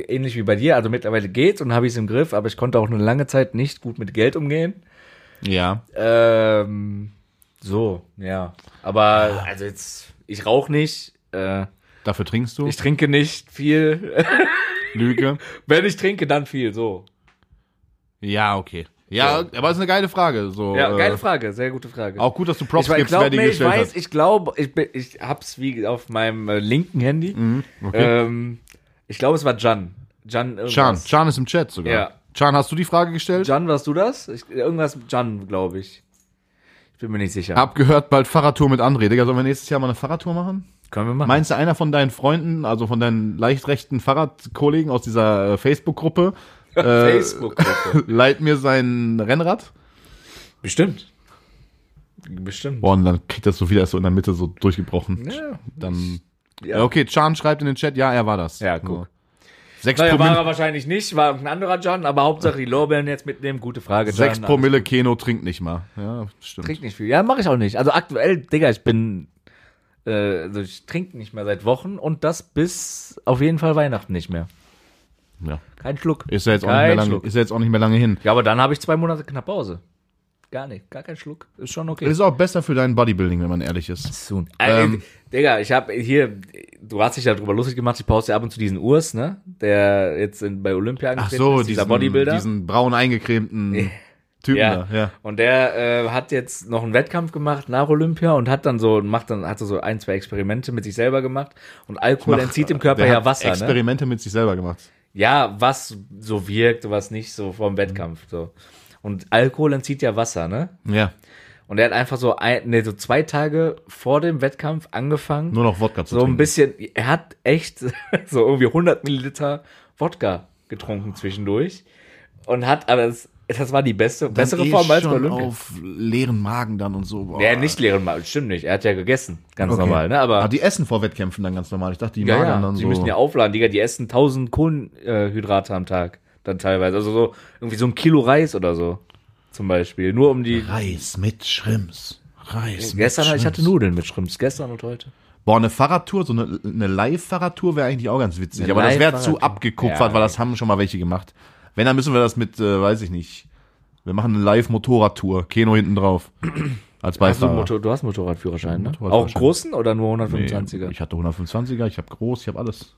S2: ähnlich wie bei dir, also mittlerweile geht's und habe ich es im Griff, aber ich konnte auch eine lange Zeit nicht gut mit Geld umgehen.
S1: Ja.
S2: Ähm, so, ja. Aber also jetzt, ich rauche nicht, äh,
S1: Dafür trinkst du?
S2: ich trinke nicht viel. (laughs)
S1: lüge.
S2: Wenn ich trinke, dann viel, so.
S1: Ja, okay. Ja, aber ist eine geile Frage. So,
S2: Ja,
S1: äh,
S2: geile Frage, sehr gute Frage.
S1: Auch gut, dass du Props
S2: ich, weiß-
S1: gibst, wer
S2: glaub
S1: die
S2: mir, ich
S1: gestellt
S2: weiß,
S1: hat.
S2: ich glaube, ich, bin- ich hab's wie auf meinem äh, linken Handy.
S1: Mhm.
S2: ähm, ich glaube, es war Jan. Jan irgendwas.
S1: Chan, Chan ist im Chat sogar.
S2: Ja.
S1: Chan, hast du die Frage gestellt?
S2: Jan, warst du das? Ich, irgendwas mit Jan, glaube ich. Ich bin mir nicht sicher.
S1: Hab gehört, bald Fahrradtour mit André. Digga, sollen wir nächstes Jahr mal eine Fahrradtour machen?
S2: Können wir machen.
S1: Meinst du, einer von deinen Freunden, also von deinen leicht rechten Fahrradkollegen aus dieser äh,
S2: (laughs)
S1: Facebook-Gruppe, äh,
S2: Facebook-Gruppe.
S1: (laughs) leiht mir sein Rennrad?
S2: Bestimmt. Bestimmt.
S1: Boah, und dann kriegt das so wieder erst so in der Mitte so durchgebrochen.
S2: Ja.
S1: Dann.
S2: Ja.
S1: Ja, okay, Chan schreibt in den Chat, ja, er war das.
S2: Ja, guck.
S1: Sechs
S2: Naja, war
S1: Promille,
S2: er wahrscheinlich nicht, war ein anderer Jan, aber Hauptsache die Lorbeeren jetzt mitnehmen. Gute Frage, Jan.
S1: sechs Promille Keno trinkt nicht mal. Ja, stimmt.
S2: Trink nicht viel. Ja, mache ich auch nicht. Also aktuell, Digga, ich bin. Äh, also ich trinke nicht mehr seit Wochen und das bis auf jeden Fall Weihnachten nicht mehr.
S1: Ja.
S2: Kein Schluck.
S1: Ist ja jetzt auch nicht
S2: Kein
S1: mehr lange,
S2: Schluck.
S1: ist ja jetzt auch nicht mehr lange hin.
S2: Ja, aber dann habe ich zwei Monate knapp Pause. Gar nicht, gar kein Schluck. Ist schon okay.
S1: Ist auch besser für dein Bodybuilding, wenn man ehrlich ist.
S2: Soon.
S1: Ähm,
S2: Digga, ich habe hier, du hast dich ja drüber lustig gemacht, ich poste ab und zu diesen Urs, ne? Der jetzt in, bei Olympia
S1: Ach
S2: angetreten
S1: so,
S2: ist, dieser
S1: diesen,
S2: Bodybuilder.
S1: diesen braun eingecremten Typen
S2: ja.
S1: da. Ja.
S2: Und der äh, hat jetzt noch einen Wettkampf gemacht nach Olympia und hat dann so, macht dann, hatte so ein, zwei Experimente mit sich selber gemacht und Alkohol entzieht dem
S1: äh,
S2: Körper
S1: Der
S2: ja
S1: hat
S2: Wasser, ne?
S1: Experimente mit sich selber gemacht.
S2: Ja, was so wirkt, was nicht so vom Wettkampf, so. Und Alkohol entzieht ja Wasser, ne?
S1: Ja.
S2: Und er hat einfach so, ein, nee, so zwei Tage vor dem Wettkampf angefangen,
S1: Nur noch Wodka zu
S2: so ein
S1: trinken.
S2: bisschen, er hat echt (laughs) so irgendwie 100 Milliliter Wodka getrunken zwischendurch und hat, aber das, das war die beste, bessere Form als bei
S1: schon
S2: Olympia.
S1: auf leeren Magen dann und so. Boah.
S2: Ja, nicht leeren Magen, stimmt nicht. Er hat ja gegessen, ganz
S1: Okay.
S2: normal, ne?
S1: Ah,
S2: Aber
S1: die essen vor Wettkämpfen dann ganz normal. Ich dachte, die
S2: ja,
S1: magern
S2: ja,
S1: dann
S2: die
S1: so.
S2: müssen ja aufladen, Digga, die essen 1000 Kohlenhydrate am Tag dann teilweise. Also so irgendwie so ein Kilo Reis oder so zum Beispiel, nur um die.
S1: Reis mit Schrimps. Reis
S2: Äh, Gestern,
S1: mit
S2: ich
S1: Schrimps.
S2: hatte Nudeln mit Schrimps, gestern und heute.
S1: Boah, eine Fahrradtour, so eine, eine Live-Fahrradtour wäre eigentlich auch ganz witzig.
S2: Eine
S1: aber das wäre zu
S2: Live-Fahrradtour.
S1: abgekupfert,
S2: Ja,
S1: weil das haben schon mal welche gemacht. Wenn, dann müssen wir das mit, äh, weiß ich nicht. Wir machen eine Live-Motorradtour. Keno hinten
S2: (clears throat)
S1: drauf. Als
S2: Hast du, einen
S1: Beifahrer.
S2: Motor, du hast einen Motorradführerschein, ne? Auch einen
S1: Motorradführerschein.
S2: großen oder nur
S1: Nee,
S2: 125er?
S1: ich hatte 125er, ich habe groß, ich habe alles.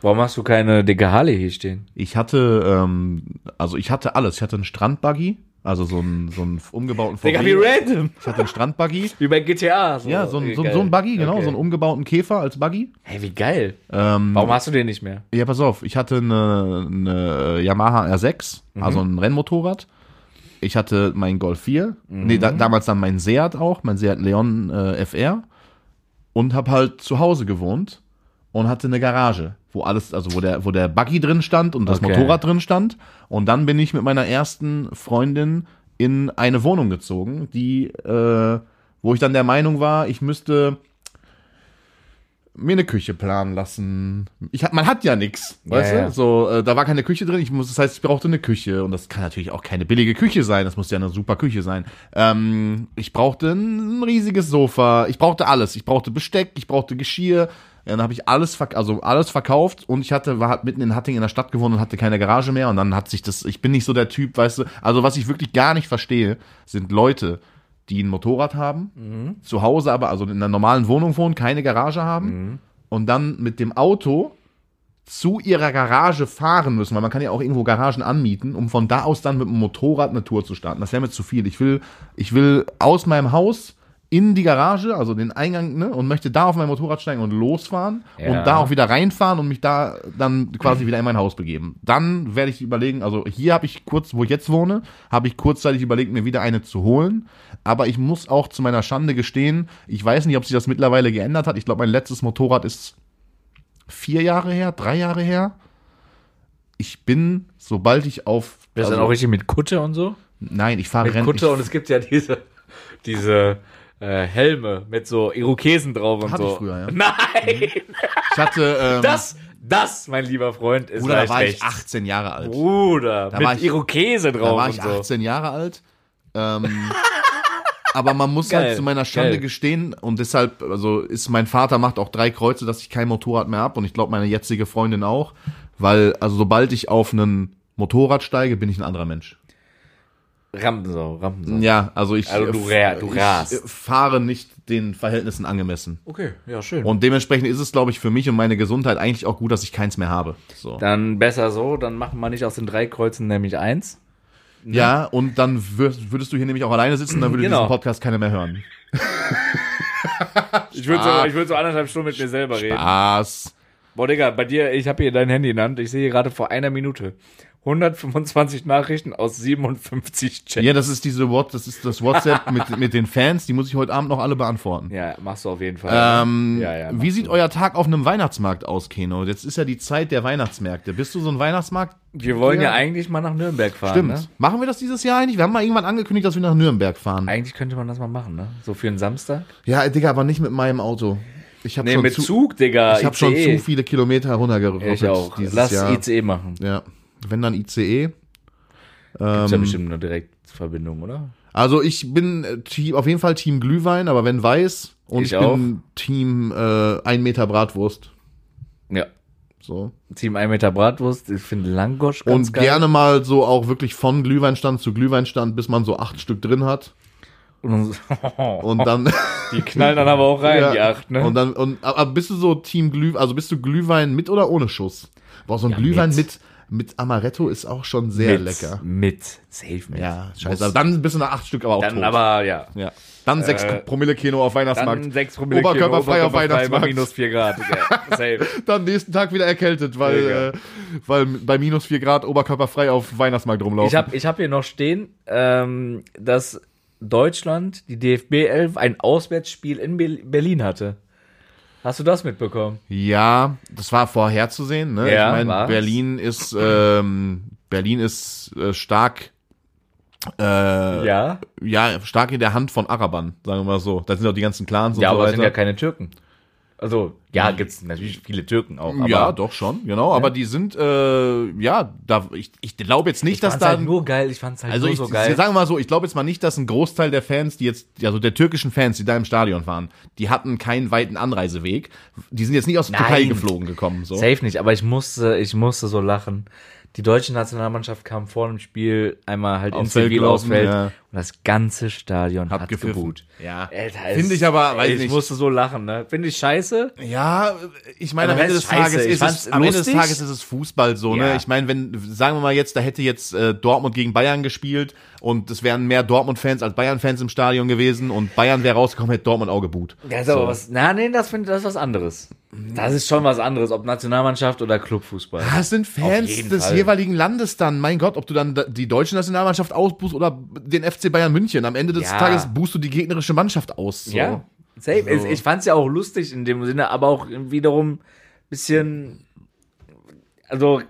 S2: Warum hast du keine dicke Harley hier stehen?
S1: Ich hatte, ähm, also ich hatte alles. Ich hatte einen Strandbuggy, Also so einen so einen umgebauten
S2: Digga, wie
S1: VW.
S2: random.
S1: Ich hatte einen
S2: (laughs)
S1: Strandbuggy.
S2: Wie bei GTA. So.
S1: Ja, so ein, so,
S2: Oh, Geil.
S1: ein- so ein Buggy, genau,
S2: Okay.
S1: so einen umgebauten Käfer als Buggy.
S2: Hey, wie geil.
S1: Ähm,
S2: Warum hast du den nicht mehr?
S1: Ja, pass auf, ich hatte eine, eine Yamaha R6,
S2: Mhm.
S1: also ein Rennmotorrad. Ich hatte meinen Golf 4,
S2: Mhm.
S1: nee, da, damals dann meinen Seat auch, mein Seat Leon äh, FR und hab halt zu Hause gewohnt und hatte eine Garage, wo alles, also wo der, wo der Buggy drin stand und das
S2: Okay.
S1: Motorrad drin stand. Und dann bin ich mit meiner ersten Freundin in eine Wohnung gezogen, die, äh, wo ich dann der Meinung war, ich müsste mir eine Küche planen lassen. Ich hab, man hat ja nichts, weißt
S2: ja.
S1: du? So, äh, da war keine Küche drin. Ich muss, das heißt, ich brauchte eine Küche und das kann natürlich auch keine billige Küche sein. Das muss ja eine super Küche sein. Ähm, ich brauchte ein riesiges Sofa. Ich brauchte alles. Ich brauchte Besteck. Ich brauchte Geschirr. Ja, Dann habe ich alles, verk also alles verkauft und ich hatte war halt mitten in Hattingen in der Stadt gewohnt und hatte keine Garage mehr und dann hat sich das. Ich bin nicht so der Typ, weißt du. Also was ich wirklich gar nicht verstehe, sind Leute, die ein Motorrad haben, zu Hause aber also in einer normalen Wohnung wohnen, keine Garage haben und dann mit dem Auto zu ihrer Garage fahren müssen, weil man kann ja auch irgendwo Garagen anmieten, um von da aus dann mit dem Motorrad eine Tour zu starten. Das wäre mir zu viel. Ich will, ich will aus meinem Haus in die Garage, also den Eingang, ne, und möchte da auf mein Motorrad steigen und losfahren
S2: Ja.
S1: und da auch wieder reinfahren und mich da dann quasi wieder in mein Haus begeben. Dann werde ich überlegen, also hier habe ich kurz, wo ich jetzt wohne, habe ich kurzzeitig überlegt, mir wieder eine zu holen, aber ich muss auch zu meiner Schande gestehen, ich weiß nicht, ob sich das mittlerweile geändert hat. Ich glaube, mein letztes Motorrad ist vier Jahre her, drei Jahre her. Ich bin, sobald ich auf.
S2: Bist du
S1: also-
S2: dann auch richtig mit Kutte und so?
S1: nein, ich fahre
S2: Mit
S1: Rennen.
S2: Kutte
S1: ich,
S2: und es gibt ja diese, diese äh, Helme mit so Irokesen drauf und
S1: Hatte ich
S2: so.
S1: früher, ja. Mhm.
S2: Nein!
S1: ich hatte. Ähm,
S2: (laughs) Das, das, mein lieber Freund, ist
S1: Bruder, da
S2: leicht
S1: war
S2: rechts.
S1: ich 18 Jahre alt.
S2: Bruder,
S1: war
S2: mit
S1: ich-
S2: Irokese
S1: da
S2: drauf
S1: war ich
S2: und so.
S1: 18 Jahre alt.
S2: (laughs)
S1: Ähm, aber man muss
S2: Geil,
S1: halt zu meiner Schande
S2: geil.
S1: gestehen und deshalb, also ist mein Vater macht auch drei Kreuze, dass ich kein Motorrad mehr habe und ich glaube meine jetzige Freundin auch, weil also sobald ich auf einen Motorrad steige, bin ich ein anderer Mensch.
S2: Rampensau, Rampensau.
S1: Ja, also ich,
S2: Also du ra- du
S1: ich
S2: rast.
S1: fahre nicht den Verhältnissen angemessen.
S2: Okay, ja, schön.
S1: Und dementsprechend ist es, glaube ich, für mich und meine Gesundheit eigentlich auch gut, dass ich keins mehr habe. So.
S2: dann besser so, dann machen wir nicht aus den drei Kreuzen nämlich eins.
S1: Ja, und dann würdest, würdest du hier nämlich auch alleine sitzen, dann würde
S2: ne? Genau.
S1: diesen Podcast keiner mehr hören.
S2: Ich würde
S1: Stark.
S2: so, ich würd so anderthalb Stunden mit mir selber reden.
S1: Spaß.
S2: Boah, Digga, bei dir, ich habe hier dein Handy in der Hand. Ich sehe hier gerade vor einer Minute 125 Nachrichten aus 57 Chats.
S1: Ja, das ist diese What, das ist das WhatsApp mit, (laughs) mit den Fans, die muss ich heute Abend noch alle beantworten.
S2: Ja, machst du auf jeden Fall. ne?
S1: Ähm,
S2: ja, ja,
S1: wie
S2: machst
S1: sieht
S2: du.
S1: euer Tag auf einem Weihnachtsmarkt aus, Keno? Jetzt ist ja die Zeit der Weihnachtsmärkte. Bist du so ein Weihnachtsmarkt?
S2: Wir wollen ja,
S1: Ja.
S2: eigentlich mal nach Nürnberg fahren.
S1: Stimmt.
S2: Ne?
S1: Machen wir das dieses Jahr eigentlich? Wir haben mal irgendwann angekündigt, dass wir nach Nürnberg fahren.
S2: Eigentlich könnte man das mal machen, ne? So für einen Samstag.
S1: Ja, Digga, aber nicht mit meinem Auto. Ich habe
S2: Nee,
S1: schon
S2: mit
S1: zu,
S2: Zug, Digga.
S1: ich hab schon zu viele Kilometer runtergerottet
S2: E. Ich auch.
S1: dieses
S2: Lass E
S1: Jahr.
S2: ICE machen.
S1: Ja, wenn dann E. ICE.
S2: Ist ja bestimmt eine Direktverbindung, oder?
S1: Ähm, Also ich bin äh, Team, auf jeden Fall Team Glühwein, aber wenn weiß und ich,
S2: Ich
S1: bin Team äh, 1 Meter Bratwurst.
S2: Ja.
S1: So.
S2: Team 1 Meter Bratwurst. Ich finde Langosch ganz
S1: und
S2: geil.
S1: gerne mal so auch wirklich von Glühweinstand zu Glühweinstand, bis man so acht Stück drin hat.
S2: (laughs) Und,
S1: Und dann. (laughs)
S2: die knallen dann aber auch rein, die acht, ne?
S1: Und dann, und, aber bist du so Team Glühwein, also bist du Glühwein mit oder ohne Schuss? Boah, so ein Glühwein
S2: mit.
S1: mit. mit, Amaretto ist auch schon sehr
S2: mit,
S1: lecker.
S2: Mit. Safe mit.
S1: Ja,
S2: Muss-
S1: scheiße. Aber dann bist du nach acht Stück aber auch
S2: Dann
S1: tot.
S2: aber, ja.
S1: ja. Dann sechs
S2: Äh,
S1: Promille Kino auf Weihnachtsmarkt.
S2: Dann 6 Promille
S1: Oberkörperfrei
S2: Kilo,
S1: auf Weihnachtsmarkt.
S2: bei minus 4 Grad. Ja, (laughs)
S1: (laughs)
S2: safe.
S1: dann nächsten Tag wieder erkältet, weil,
S2: Digga.
S1: äh, weil bei minus 4 Grad oberkörperfrei auf Weihnachtsmarkt rumlaufen.
S2: Ich habe ich hab hier noch stehen, ähm, dass Deutschland, die DFB 11, ein Auswärtsspiel in Bel- Berlin hatte. Hast du das mitbekommen?
S1: ja, das war vorherzusehen. Ne?
S2: Ja,
S1: ich meine,
S2: war's.
S1: Berlin ist, ähm, Berlin ist äh, stark. Äh, ja.
S2: ja.
S1: stark in der Hand von Arabern, sagen wir mal so. Da sind auch die ganzen Clans und
S2: Ja,
S1: so
S2: aber es
S1: weiter. Mhm.
S2: sind ja keine Türken. Also, ja, gibt's natürlich viele Türken auch. Aber
S1: ja, doch schon, genau. Aber die sind, äh, ja, da, ich, ich glaube jetzt nicht,
S2: Ich
S1: dass
S2: fand's
S1: da
S2: halt
S1: ein
S2: nur geil, ich fand's halt
S1: Also
S2: nur
S1: ich,
S2: so geil.
S1: sagen wir mal so, ich glaube jetzt mal nicht, dass ein Großteil der Fans, die jetzt, also der türkischen Fans, die da im Stadion waren, die hatten keinen weiten Anreiseweg. Die sind jetzt nicht aus der
S2: Nein.
S1: Türkei geflogen gekommen. So.
S2: Safe nicht, aber ich musste, ich musste so lachen. die deutsche Nationalmannschaft kam vor dem Spiel einmal halt
S1: Aufs
S2: ins
S1: Feld
S2: Zivil aufs
S1: gelaufen,
S2: Feld
S1: ja.
S2: und das ganze Stadion
S1: Hat
S2: hat, hat
S1: gepfiffen.
S2: geboot.
S1: Ja.
S2: Alter, es-
S1: Finde ich aber, weiß
S2: ich
S1: nicht.
S2: musste so lachen, ne? Finde ich scheiße.
S1: Ja, ich meine, am
S2: Aber
S1: Ende
S2: das
S1: des
S2: ist
S1: Tages
S2: scheiße. Ich
S1: ist es,
S2: fand's
S1: am Ende des
S2: lustig.
S1: Tages ist es Fußball so,
S2: Ja.
S1: ne? Ich meine, wenn, sagen wir mal jetzt, da hätte jetzt äh, Dortmund gegen Bayern gespielt und es wären mehr Dortmund-Fans als Bayern-Fans im Stadion gewesen und Bayern wäre rausgekommen, hätte Dortmund auch geboot.
S2: Das ist aber was. Na, nee, das finde das ist was anderes. Das ist schon was anderes, ob Nationalmannschaft oder Clubfußball.
S1: Das Ah, sind
S2: Auf
S1: Fans
S2: jeden
S1: des
S2: Fall.
S1: jeweiligen Landes dann. Mein Gott, ob du dann da- die deutsche Nationalmannschaft ausbuchst oder den FC Bayern München. Am Ende des
S2: Ja.
S1: Tages buchst du die gegnerische Mannschaft aus. So.
S2: Ja. Safe. Ich, ich fand's ja auch lustig in dem Sinne, aber auch wiederum ein bisschen also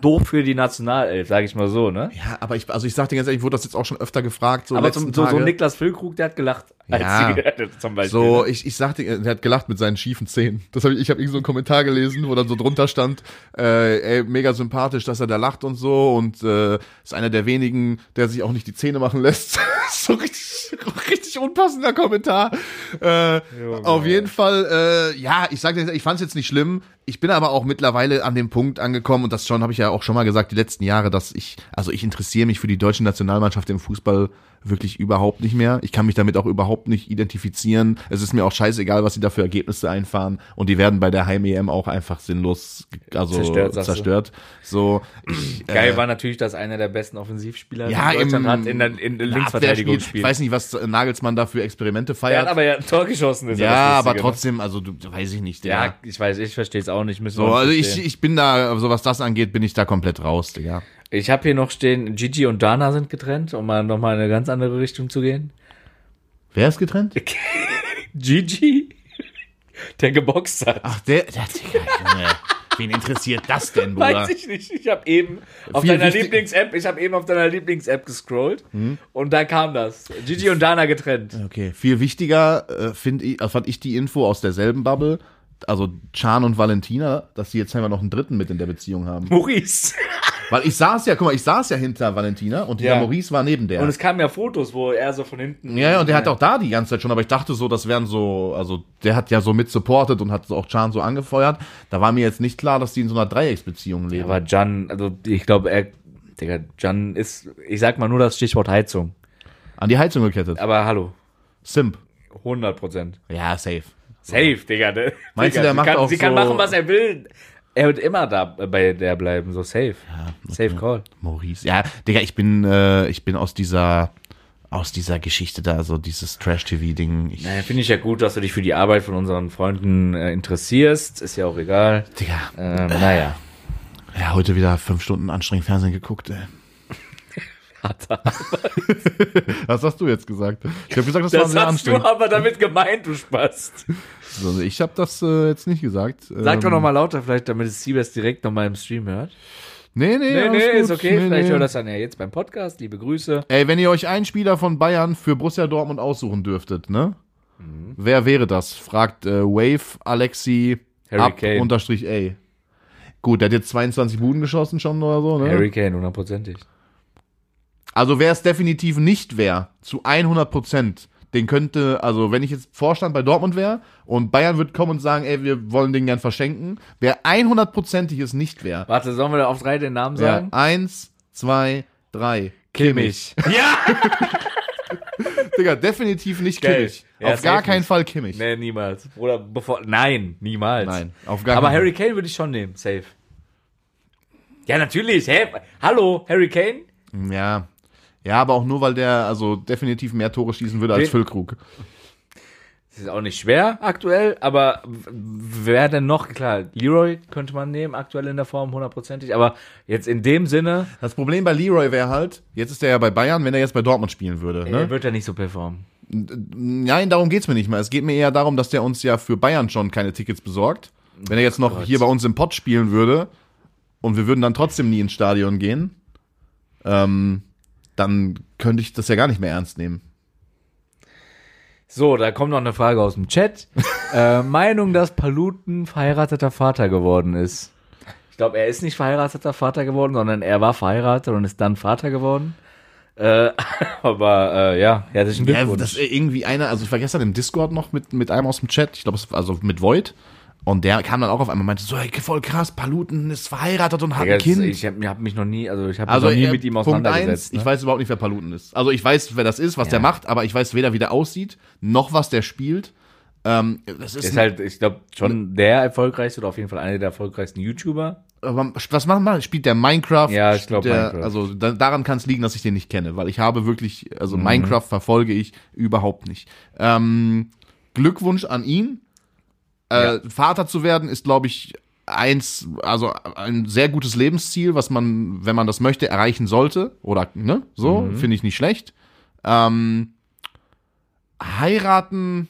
S2: doof für die Nationalelf, sage ich mal so, ne?
S1: Ja, aber ich, also ich sag dir ganz ehrlich, ich wurde das jetzt auch schon öfter gefragt. So
S2: aber
S1: letzten
S2: zum, so, so
S1: Tage.
S2: Niklas Füllkrug, der hat gelacht, (laughs) als
S1: Ja.
S2: sie gerettet zum Beispiel. ne?
S1: So, ich, ich sagte, er hat gelacht mit seinen schiefen Zähnen. Das hab ich, ich habe irgend so einen Kommentar gelesen, wo dann so drunter stand, äh, ey, mega sympathisch, dass er da lacht und so und äh, ist einer der wenigen, der sich auch nicht die Zähne machen lässt. (laughs) so richtig, richtig unpassender Kommentar. Äh, auf jeden Fall, äh, ja, ich sagte, ich fand es jetzt nicht schlimm. Ich bin aber auch mittlerweile an dem Punkt angekommen und das schon habe ich ja auch schon mal gesagt die letzten Jahre, dass ich, also ich interessiere mich für die deutsche Nationalmannschaft im Fußball wirklich überhaupt nicht mehr. Ich kann mich damit auch überhaupt nicht identifizieren. Es ist mir auch scheißegal, was sie da für Ergebnisse einfahren und die werden bei der Heim-EM auch einfach sinnlos, ge- also
S2: Zerstört,
S1: zerstört.
S2: sagst du.
S1: So, ich, äh,
S2: Geil war natürlich, dass einer der besten Offensivspieler
S1: ja,
S2: in
S1: im
S2: Deutschland hat in der, in der
S1: Abwehrspiel.
S2: Linksverteidigung
S1: Ich
S2: gespielt.
S1: weiß nicht, was Nagelsmann da für Experimente
S2: Der hat
S1: feiert.
S2: aber ja ein Tor geschossen. Ist
S1: Ja,
S2: das Lustige,
S1: aber
S2: ne?
S1: trotzdem, also du, weiß ich nicht.
S2: Ja, ich weiß, ich verstehe es auch nicht. Müssen wir
S1: So,
S2: uns
S1: also ich,
S2: verstehen.
S1: ich bin da, so was das angeht, bin ich da komplett raus, Digga.
S2: Ich habe hier noch stehen, Gigi und Dana sind getrennt, um mal nochmal in eine ganz andere Richtung zu gehen.
S1: Wer ist getrennt?
S2: Gigi? (laughs) Der geboxt hat.
S1: Ach, der, der Digga, Junge. Wen interessiert das denn, Bruder?
S2: Weiß ich nicht. Ich habe eben auf
S1: Viel
S2: deiner
S1: wichtig-
S2: Lieblings-App, ich habe eben auf deiner Lieblings-App gescrollt und da kam das. Gigi und Dana getrennt.
S1: Okay, viel wichtiger äh, find ich, äh, fand ich die Info aus derselben Bubble, also Chan und Valentina, dass sie jetzt scheinbar noch einen dritten mit in der Beziehung haben.
S2: Maurice.
S1: Weil ich saß ja, guck mal, ich saß ja hinter Valentina und dieser
S2: Ja.
S1: Maurice war neben der.
S2: Und es kamen ja Fotos, wo er so von hinten.
S1: ja, ja, und der hat auch da die ganze Zeit schon, aber ich dachte so, das wären so, also der hat ja so mit supported und hat so auch Chan so angefeuert. Da war mir jetzt nicht klar, dass die in so einer Dreiecksbeziehung leben.
S2: Aber Jan, also ich glaube, er. Digga, Jan ist. Ich sag mal nur das Stichwort Heizung.
S1: An die Heizung gekettet.
S2: Aber hallo.
S1: Simp.
S2: 100 Prozent.
S1: Ja, safe.
S2: Safe, Digga. Ne?
S1: Meinst
S2: Digga,
S1: du, der
S2: sie
S1: macht
S2: kann,
S1: auch
S2: Sie kann
S1: so-
S2: machen, was er will. Er wird immer da bei der bleiben, so safe. Safe Call.
S1: Maurice. Ja, Digga, ich bin, äh, ich bin aus dieser, aus dieser Geschichte da, so dieses Trash-TV-Ding. Ich,
S2: Naja, finde ich ja gut, dass du dich für die Arbeit von unseren Freunden äh, interessierst. Ist ja auch egal.
S1: Digga,
S2: Ähm, naja.
S1: ja, heute wieder fünf Stunden anstrengend Fernsehen geguckt,
S2: (laughs)
S1: ey.
S2: Alter.
S1: Was hast du jetzt gesagt? Ich habe gesagt, das, war
S2: Das
S1: sehr
S2: hast du
S1: anstrengend.
S2: aber damit gemeint, du Spast.
S1: Also ich habe das äh, jetzt nicht gesagt.
S2: Sag doch
S1: Ähm,
S2: nochmal lauter, vielleicht, damit es Siebers direkt nochmal im Stream hört.
S1: Nee, nee,
S2: Nee,
S1: alles
S2: nee,
S1: gut.
S2: ist okay.
S1: Nee,
S2: vielleicht
S1: nee.
S2: hört das dann ja jetzt beim Podcast. Liebe Grüße.
S1: Ey, wenn ihr euch einen Spieler von Bayern für Borussia Dortmund aussuchen dürftet, ne? Wer wäre das? Fragt äh, Wave Alexi
S2: Harry
S1: ab
S2: Kane.
S1: unterstrich A. Gut, der hat jetzt 22 Buden geschossen schon oder so, ne?
S2: Harry Kane, hundertprozentig.
S1: Also wer es definitiv nicht wäre, zu 100 Prozent, den könnte, also wenn ich jetzt Vorstand bei Dortmund wäre und Bayern wird kommen und sagen, ey, wir wollen den gern verschenken, wer 100%ig es nicht wäre,
S2: Warte, sollen wir da auf drei den Namen
S1: ja,
S2: sagen?
S1: eins, zwei, drei. Kimmich. (laughs) Digga, definitiv nicht
S2: Geil.
S1: Kimmich.
S2: Ja,
S1: auf gar
S2: safe
S1: keinen
S2: nicht.
S1: Fall Kimmich.
S2: Nee, niemals. Oder bevor. Nein, niemals.
S1: Nein, auf gar
S2: Aber
S1: keinen
S2: Harry Kane würde ich schon nehmen, safe. Ja, natürlich. Hä? Hallo, Harry Kane?
S1: Fall. Ja. Ja, aber auch nur, weil der also definitiv mehr Tore schießen würde als
S2: Den-
S1: Füllkrug.
S2: Das ist auch nicht schwer aktuell, aber w- wer denn noch? Klar, Leroy könnte man nehmen, aktuell in der Form, hundertprozentig. Aber jetzt in dem Sinne
S1: Das Problem bei Leroy wäre halt, jetzt ist er ja bei Bayern, wenn er jetzt bei Dortmund spielen würde. Ne?
S2: äh, wird er nicht so performen.
S1: Nein, darum geht's mir nicht mal. Es geht mir eher darum, dass der uns ja für Bayern schon keine Tickets besorgt. Wenn er jetzt noch hier bei uns im Pott spielen würde und wir würden dann trotzdem nie ins Stadion gehen, ähm, dann könnte ich das ja gar nicht mehr ernst nehmen.
S2: So, da kommt noch eine Frage aus dem
S1: (laughs)
S2: Chat. äh, Meinung, dass Paluten verheirateter Vater geworden ist. Ich glaube, er ist nicht verheirateter Vater geworden, sondern er war verheiratet und ist dann Vater geworden. Äh, (laughs) aber äh, ja, herzlichen
S1: Ja, äh,
S2: Glückwunsch.
S1: das ist irgendwie einer, also ich war gestern im Discord noch mit, mit einem aus dem Chat, ich glaube, es war also mit Void, Und der kam dann auch auf einmal und meinte so, ey, voll krass, Paluten ist verheiratet und hat
S2: Digga,
S1: ein
S2: das ist-
S1: Kind.
S2: Ich habe hab mich noch nie, also ich habe
S1: also
S2: mich noch nie
S1: äh,
S2: mit ihm
S1: Punkt
S2: auseinandergesetzt.
S1: eins, Ich
S2: ne?
S1: weiß überhaupt nicht, wer Paluten ist. Also ich weiß, wer das ist, was
S2: Ja.
S1: der macht, aber ich weiß weder, wie der aussieht, noch was der spielt. Ähm, das ist,
S2: Ist halt, ich glaube, schon der erfolgreichste oder auf jeden Fall einer der erfolgreichsten YouTuber.
S1: aber was macht man? Spielt der Minecraft?
S2: Ja, ich glaub,
S1: Spielt der-
S2: Minecraft.
S1: Also da, daran kann es liegen, dass ich den nicht kenne, weil ich habe wirklich, also
S2: Mhm.
S1: Minecraft verfolge ich überhaupt nicht. Ähm, Glückwunsch an ihn. Äh, Vater zu werden ist, glaube ich, eins, also ein sehr gutes Lebensziel, was man, wenn man das möchte, erreichen sollte. Oder, ne? So,
S2: Mhm.
S1: finde ich nicht schlecht. Ähm, heiraten.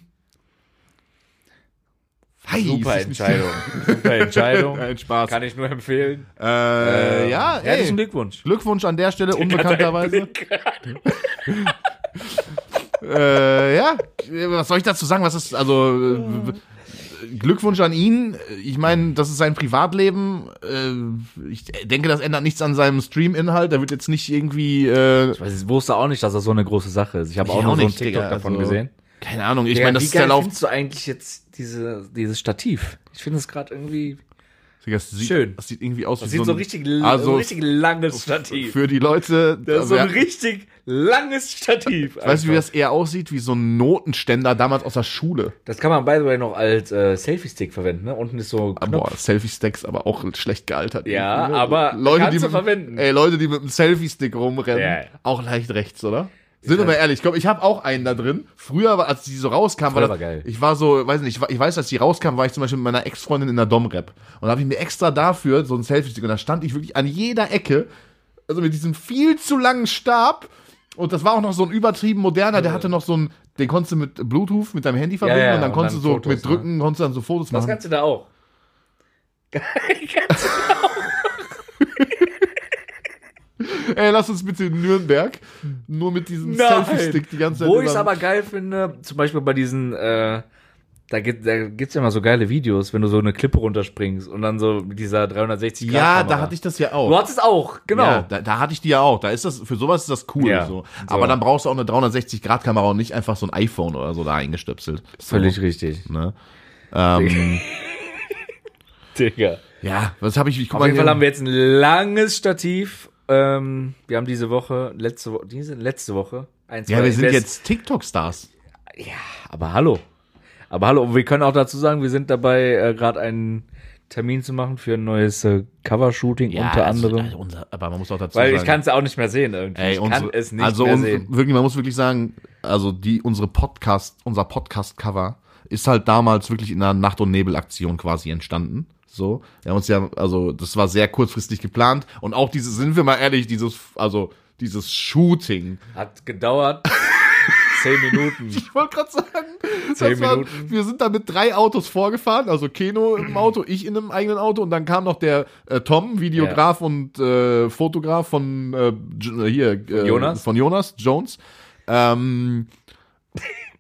S1: Weiß
S2: Super
S1: ich nicht.
S2: Entscheidung. Super
S1: (laughs)
S2: Entscheidung.
S1: Nein, Spaß.
S2: Kann ich nur empfehlen. Ähm,
S1: Äh, ja,
S2: Herzlichen
S1: ey.
S2: Glückwunsch.
S1: Glückwunsch an der Stelle, unbekannterweise.
S2: Blick.
S1: Äh, ja, was soll ich dazu sagen? Was ist, also, äh, w- w- Glückwunsch an ihn. Ich meine, das ist sein Privatleben. Äh, Ich denke, das ändert nichts an seinem Stream-Inhalt. Der wird jetzt nicht irgendwie, äh,
S2: (laughs) Ich weiß, ich wusste auch nicht, dass das so eine große Sache ist. Ich habe
S1: Ich
S2: auch
S1: auch
S2: nur so ein
S1: nicht,
S2: TikTok
S1: Digga,
S2: davon
S1: also-
S2: gesehen.
S1: keine Ahnung. Ich meine, das
S2: wie
S1: ist der
S2: geil
S1: Lauf.
S2: findest du eigentlich jetzt diese, dieses Stativ? Ich finde es gerade irgendwie.
S1: Digga, Das sieht,
S2: Schön.
S1: Das sieht irgendwie aus
S2: Das
S1: wie
S2: sieht so
S1: ein-
S2: richtig,
S1: also
S2: so ein richtig langes Stativ.
S1: Für die Leute.
S2: Das ist so
S1: wer-
S2: ein richtig langes Stativ.
S1: Weißt du, wie
S2: einfach.
S1: das eher aussieht? Wie so ein Notenständer damals aus der Schule.
S2: Das kann man, by the way, noch als äh, Selfie-Stick verwenden, ne? Unten ist so
S1: Ah,
S2: Knopf.
S1: Boah, Selfie-Stacks, aber auch schlecht gealtert.
S2: Ja,
S1: Irgendwie, ne?
S2: aber
S1: Leute,
S2: kannst
S1: die
S2: du
S1: mit,
S2: verwenden.
S1: Ey, Leute, die mit einem Selfie-Stick rumrennen,
S2: Ja.
S1: auch leicht rechts, oder? Sind wir mal ehrlich, komm, ich habe auch einen da drin. Früher, war- als die so rauskam, war,
S2: Früher
S1: das,
S2: war geil.
S1: ich war so, weiß nicht, ich, war, ich weiß, als die rauskam, war ich zum Beispiel mit meiner Ex-Freundin in der Dom-Rap. Und da habe ich mir extra dafür so einen Selfie-Stick und da stand ich wirklich an jeder Ecke, also mit diesem viel zu langen Stab. Und das war auch noch so ein übertrieben moderner, der hatte noch so einen, den konntest du mit Bluetooth, mit deinem Handy verbinden
S2: Äh. ja,
S1: und dann
S2: und
S1: konntest
S2: dann
S1: du so
S2: Fotos,
S1: mit drücken, konntest dann so Fotos
S2: Das
S1: machen.
S2: kannst du da auch.
S1: Ey, lass uns bitte in Nürnberg nur mit diesem Selfie-Stick die ganze Zeit.
S2: Wo ich es
S1: über-
S2: aber geil finde, zum Beispiel bei diesen, äh, da gibt da gibt's ja immer so geile Videos, wenn du so eine Klippe runterspringst und dann so mit dieser 360 Grad.
S1: ja, da hatte ich das ja
S2: Du
S1: auch.
S2: hattest auch, genau.
S1: Ja, da, da hatte ich die ja auch. Da ist das, für sowas ist das cool.
S2: Ja,
S1: so.
S2: so.
S1: Aber dann brauchst du auch eine 360-Grad-Kamera und nicht einfach so ein iPhone oder so da eingestöpselt. (laughs)
S2: Völlig richtig.
S1: So, ne? ähm,
S2: Digga.
S1: ja, was habe ich? ich guck
S2: Auf jeden
S1: mal
S2: Fall haben
S1: hier-
S2: wir jetzt ein langes Stativ. Ähm, wir haben diese Woche, letzte Woche, diese letzte Woche, eins,
S1: Ja,
S2: zwei
S1: wir sind
S2: Invest-
S1: jetzt TikTok-Stars.
S2: Aber hallo. Aber hallo, und wir können auch dazu sagen, wir sind dabei, äh, gerade einen Termin zu machen für ein neues äh, Covershooting unter
S1: also,
S2: anderem.
S1: also unser, aber man muss auch dazu
S2: Weil
S1: sagen.
S2: ich kann es auch nicht mehr sehen irgendwie.
S1: Ey,
S2: ich
S1: unsere,
S2: kann es nicht
S1: also
S2: mehr
S1: uns-
S2: sehen.
S1: wirklich, man muss wirklich sagen, also die unsere Podcast, unser Podcast-Cover ist halt damals wirklich in einer Nacht- und Nebel-Aktion quasi entstanden. So, wir haben uns ja, also das war sehr kurzfristig geplant und auch dieses, sind wir mal ehrlich, dieses, also dieses Shooting.
S2: Hat
S1: (laughs)
S2: gedauert zehn Minuten.
S1: Ich wollte gerade sagen,
S2: Zehn
S1: das war,
S2: Minuten. Mhm.
S1: wir sind da mit drei Autos vorgefahren, also Keno im Auto, ich in einem eigenen Auto und dann kam noch der äh, Tom, Videograf und äh, Fotograf von äh, J- äh, hier äh,
S2: Jonas?
S1: von Jonas Jones. Ähm,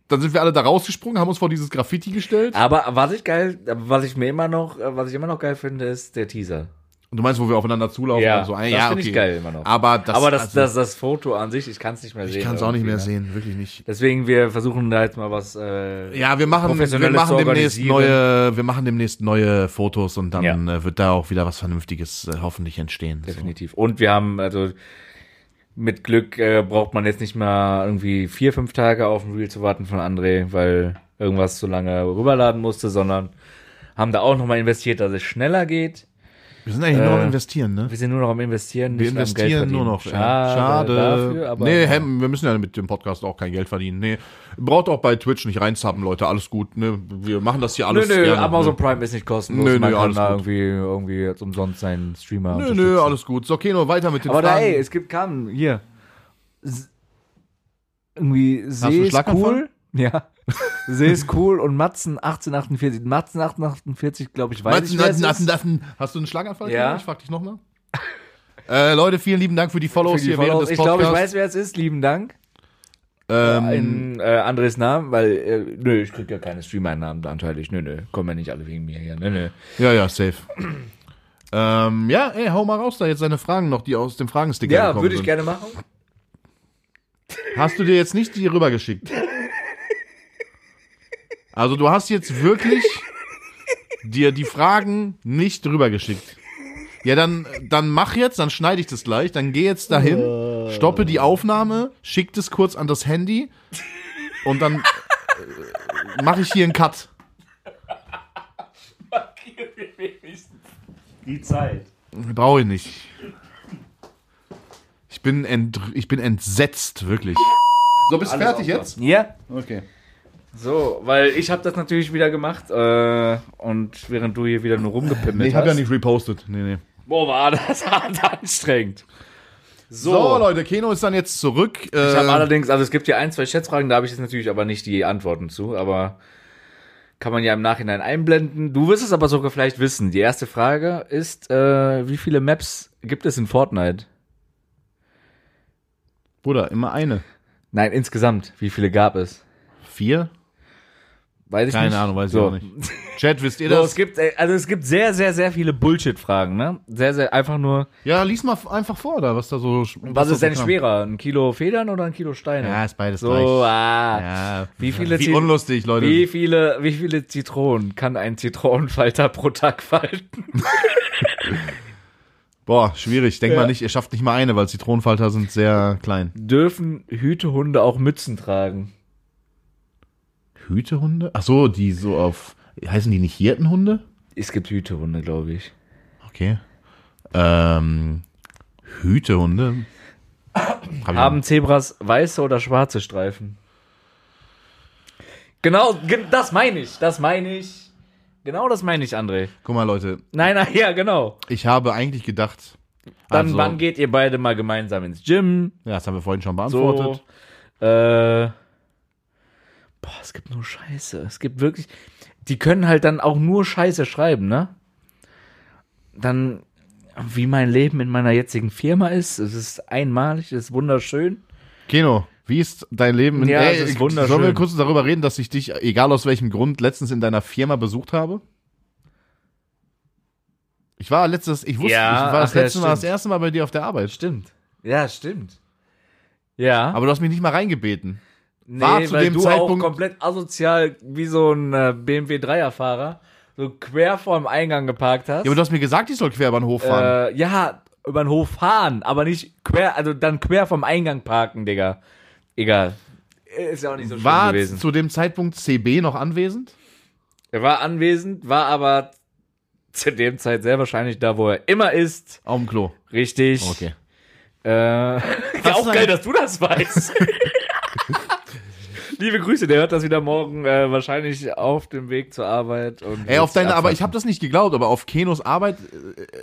S1: dann sind wir alle da rausgesprungen, haben uns vor dieses Graffiti gestellt.
S2: Aber was ich geil, was ich mir immer noch, äh, was ich immer noch geil finde, ist der Teaser.
S1: Und du meinst, wo wir aufeinander zulaufen
S2: Ja,
S1: und so.
S2: das finde ich geil immer noch.
S1: Aber das,
S2: Aber das,
S1: also,
S2: das, das Foto an sich, ich kann es nicht mehr sehen.
S1: ich kann es auch nicht
S2: irgendwie,
S1: mehr
S2: ne?
S1: sehen, wirklich nicht.
S2: Deswegen, wir versuchen da jetzt mal was. Äh,
S1: Ja, wir machen, wir
S2: Professionelles
S1: machen
S2: zu
S1: demnächst
S2: organisieren.
S1: neue, wir machen demnächst neue Fotos und dann
S2: Ja.
S1: äh, wird da auch wieder was Vernünftiges äh, hoffentlich entstehen. So.
S2: Definitiv. Und wir haben, also mit Glück äh, braucht man jetzt nicht mal irgendwie vier, fünf Tage auf ein Reel zu warten von André, weil irgendwas zu lange rüberladen musste, sondern haben da auch nochmal investiert, dass es schneller geht.
S1: Wir sind eigentlich nur am
S2: Äh,
S1: Investieren, ne?
S2: Wir sind nur noch am Investieren,
S1: Wir
S2: nicht am Geld
S1: investieren nur
S2: verdienen.
S1: noch.
S2: Schade.
S1: Schade.
S2: Dafür, aber
S1: nee, hä, wir müssen ja mit dem Podcast auch kein Geld verdienen. Nee, braucht auch bei Twitch nicht reinzappen, Leute. Alles gut. Ne? Wir machen das hier
S2: Nö,
S1: alles
S2: nö,
S1: gerne.
S2: Amazon
S1: ne?
S2: Prime ist nicht kostenlos.
S1: Nö,
S2: man
S1: nö,
S2: kann
S1: alles
S2: da
S1: gut.
S2: irgendwie, irgendwie jetzt umsonst seinen Streamer
S1: Nö,
S2: unterstützen.
S1: nö, alles gut. So, Keno, weiter mit den
S2: Aber da,
S1: Fragen.
S2: ey, es gibt kam hier. S irgendwie
S1: einen
S2: See ist
S1: Schlaganfall?
S2: cool. Ja. (laughs) See ist cool und Matzen 1848. Matzen 1848, glaube ich, weiß
S1: Meinst
S2: ich
S1: du,
S2: wer es
S1: Nassen, Nassen,
S2: ist.
S1: Nassen? Hast du einen Schlaganfall?
S2: Ja.
S1: Keno? Ich frag dich nochmal. (laughs) Äh, Leute, vielen lieben Dank für die Follows
S2: Für die
S1: hier während
S2: Follows. Ich
S1: des
S2: glaube, ich
S1: Podcasts.
S2: weiß, wer es ist. Lieben Dank.
S1: ähm,
S2: In äh, Andres Namen, weil, äh, nö, ich krieg ja keine Streamer-Namen anteilig. Nö, nö, kommen ja nicht alle wegen mir her. Nö, nö.
S1: ja, ja, safe. (clears throat) ähm, ja, ey, hau mal raus da jetzt deine Fragen noch, die aus dem Fragensticker
S2: Ja,
S1: gekommen
S2: würde ich
S1: sind.
S2: gerne machen.
S1: Hast du dir jetzt nicht die
S2: (laughs)
S1: rübergeschickt? Also du hast jetzt wirklich dir die Fragen nicht rübergeschickt. Ja, dann, dann mach jetzt, dann schneide ich das gleich, dann geh jetzt dahin, stoppe die Aufnahme, schick das kurz an das Handy und dann äh, mache ich hier einen Cut.
S2: Die Zeit.
S1: Brauche ich nicht. Ich bin, entr- ich bin entsetzt, wirklich. So, bist du fertig jetzt?
S2: Ja.
S1: Okay.
S2: So, weil ich habe das natürlich wieder gemacht äh, und während du hier wieder nur rumgepimmelt
S1: Nee, ich
S2: hast.
S1: habe ja nicht repostet. Nee, nee.
S2: Boah, war das (laughs) hart anstrengend. So,
S1: So, Leute, Keno ist dann jetzt zurück.
S2: ich habe
S1: Äh,
S2: allerdings, also es gibt hier ein, zwei Schätzfragen, da habe ich jetzt natürlich aber nicht die Antworten zu, aber kann man ja im Nachhinein einblenden. Du wirst es aber sogar vielleicht wissen. Die erste Frage ist, äh, wie viele Maps gibt es in Fortnite?
S1: Bruder, immer eine.
S2: Nein, insgesamt, wie viele gab es?
S1: Vier?
S2: Weiß ich
S1: Keine
S2: nicht.
S1: Ahnung, weiß
S2: So.
S1: ich auch nicht. Chat, wisst ihr
S2: So,
S1: das?
S2: es gibt, äh, also es gibt sehr, sehr, sehr viele Bullshit-Fragen, ne? Sehr, sehr einfach nur.
S1: Ja, lies mal f- einfach vor, da, was da so.
S2: Was
S1: da
S2: ist
S1: so
S2: denn
S1: kam.
S2: schwerer? Ein Kilo Federn oder ein Kilo Steine?
S1: Ja, ist beides
S2: so,
S1: gleich.
S2: ah.
S1: Ja,
S2: Wie viele
S1: wie
S2: Zit-
S1: unlustig, Leute.
S2: Wie viele, wie viele Zitronen kann ein Zitronenfalter (laughs) pro Tag falten?
S1: Boah, schwierig. Denk
S2: Ja.
S1: mal nicht, ihr schafft nicht mal eine, weil Zitronenfalter sind sehr klein.
S2: Dürfen Hütehunde auch Mützen tragen?
S1: Hütehunde? Ach so, die so auf. Heißen die nicht Hirtenhunde?
S2: Es gibt Hütehunde, glaube ich.
S1: Okay. Ähm, Hütehunde? Hab ich-
S2: Haben Zebras weiße oder schwarze Streifen? Genau, ge- das meine ich, das meine ich. Genau das meine ich, André.
S1: Guck mal, Leute,
S2: Nein, nein, ja, genau.
S1: ich habe eigentlich gedacht.
S2: Dann
S1: also,
S2: wann geht ihr beide mal gemeinsam ins Gym?
S1: Ja, das haben wir vorhin schon beantwortet.
S2: So, äh, boah, es gibt nur Scheiße. Es gibt wirklich, die können halt dann auch nur Scheiße schreiben, ne? Dann, wie mein Leben in meiner jetzigen Firma ist, es ist einmalig, es ist wunderschön.
S1: Keno, wie ist dein Leben?
S2: Ja, es ist wunderschön.
S1: Sollen wir kurz darüber reden, dass ich dich, egal aus welchem Grund, letztens in deiner Firma besucht habe? Ich war letztes, ich wusste,
S2: Ja,
S1: ich war das
S2: ach ja,
S1: letzte Mal, das
S2: stimmt.
S1: erste Mal bei dir auf der Arbeit.
S2: Stimmt. Ja, stimmt. Ja,
S1: Aber du hast mich nicht mal reingebeten.
S2: nee,
S1: war zu
S2: weil
S1: dem
S2: du
S1: Zeitpunkt-
S2: auch komplett asozial wie so ein äh, BMW 3er-Fahrer so quer vor dem Eingang geparkt hast.
S1: Ja, aber du hast mir gesagt, ich soll quer über den Hof fahren.
S2: Äh, ja, über den Hof fahren, aber nicht quer, also dann quer vom Eingang parken, Digga. Egal. Ist ja auch nicht so schlimm
S1: war
S2: gewesen.
S1: zu dem Zeitpunkt CB noch anwesend?
S2: Er war anwesend, war aber zu dem Zeit sehr wahrscheinlich da, wo er immer ist.
S1: Auf dem Klo.
S2: Richtig. Äh, (laughs) ja, auch
S1: dann-
S2: geil, dass du das (laughs) weißt. Liebe Grüße, der hört das wieder morgen äh, wahrscheinlich auf dem Weg zur Arbeit. Und
S1: Ey, auf
S2: wird sich
S1: deine, aber ich
S2: abfacken.
S1: habe das nicht geglaubt, aber auf Kenos Arbeit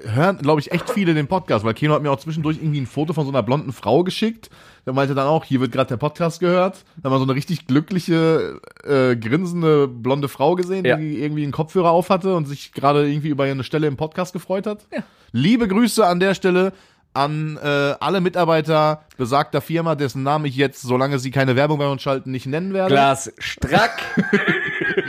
S1: äh, hören, glaube ich, echt viele den Podcast, weil Keno hat mir auch zwischendurch irgendwie ein Foto von so einer blonden Frau geschickt. Der meinte dann auch, hier wird gerade der Podcast gehört. Da haben wir so eine richtig glückliche, äh, grinsende blonde Frau gesehen,
S2: Ja.
S1: die irgendwie einen Kopfhörer auf hatte und sich gerade irgendwie über eine Stelle im Podcast gefreut hat. Liebe Grüße an der Stelle an äh, alle Mitarbeiter besagter Firma, dessen Namen ich jetzt, solange sie keine Werbung bei uns schalten, nicht nennen werde.
S2: Glas Strack.
S1: (laughs)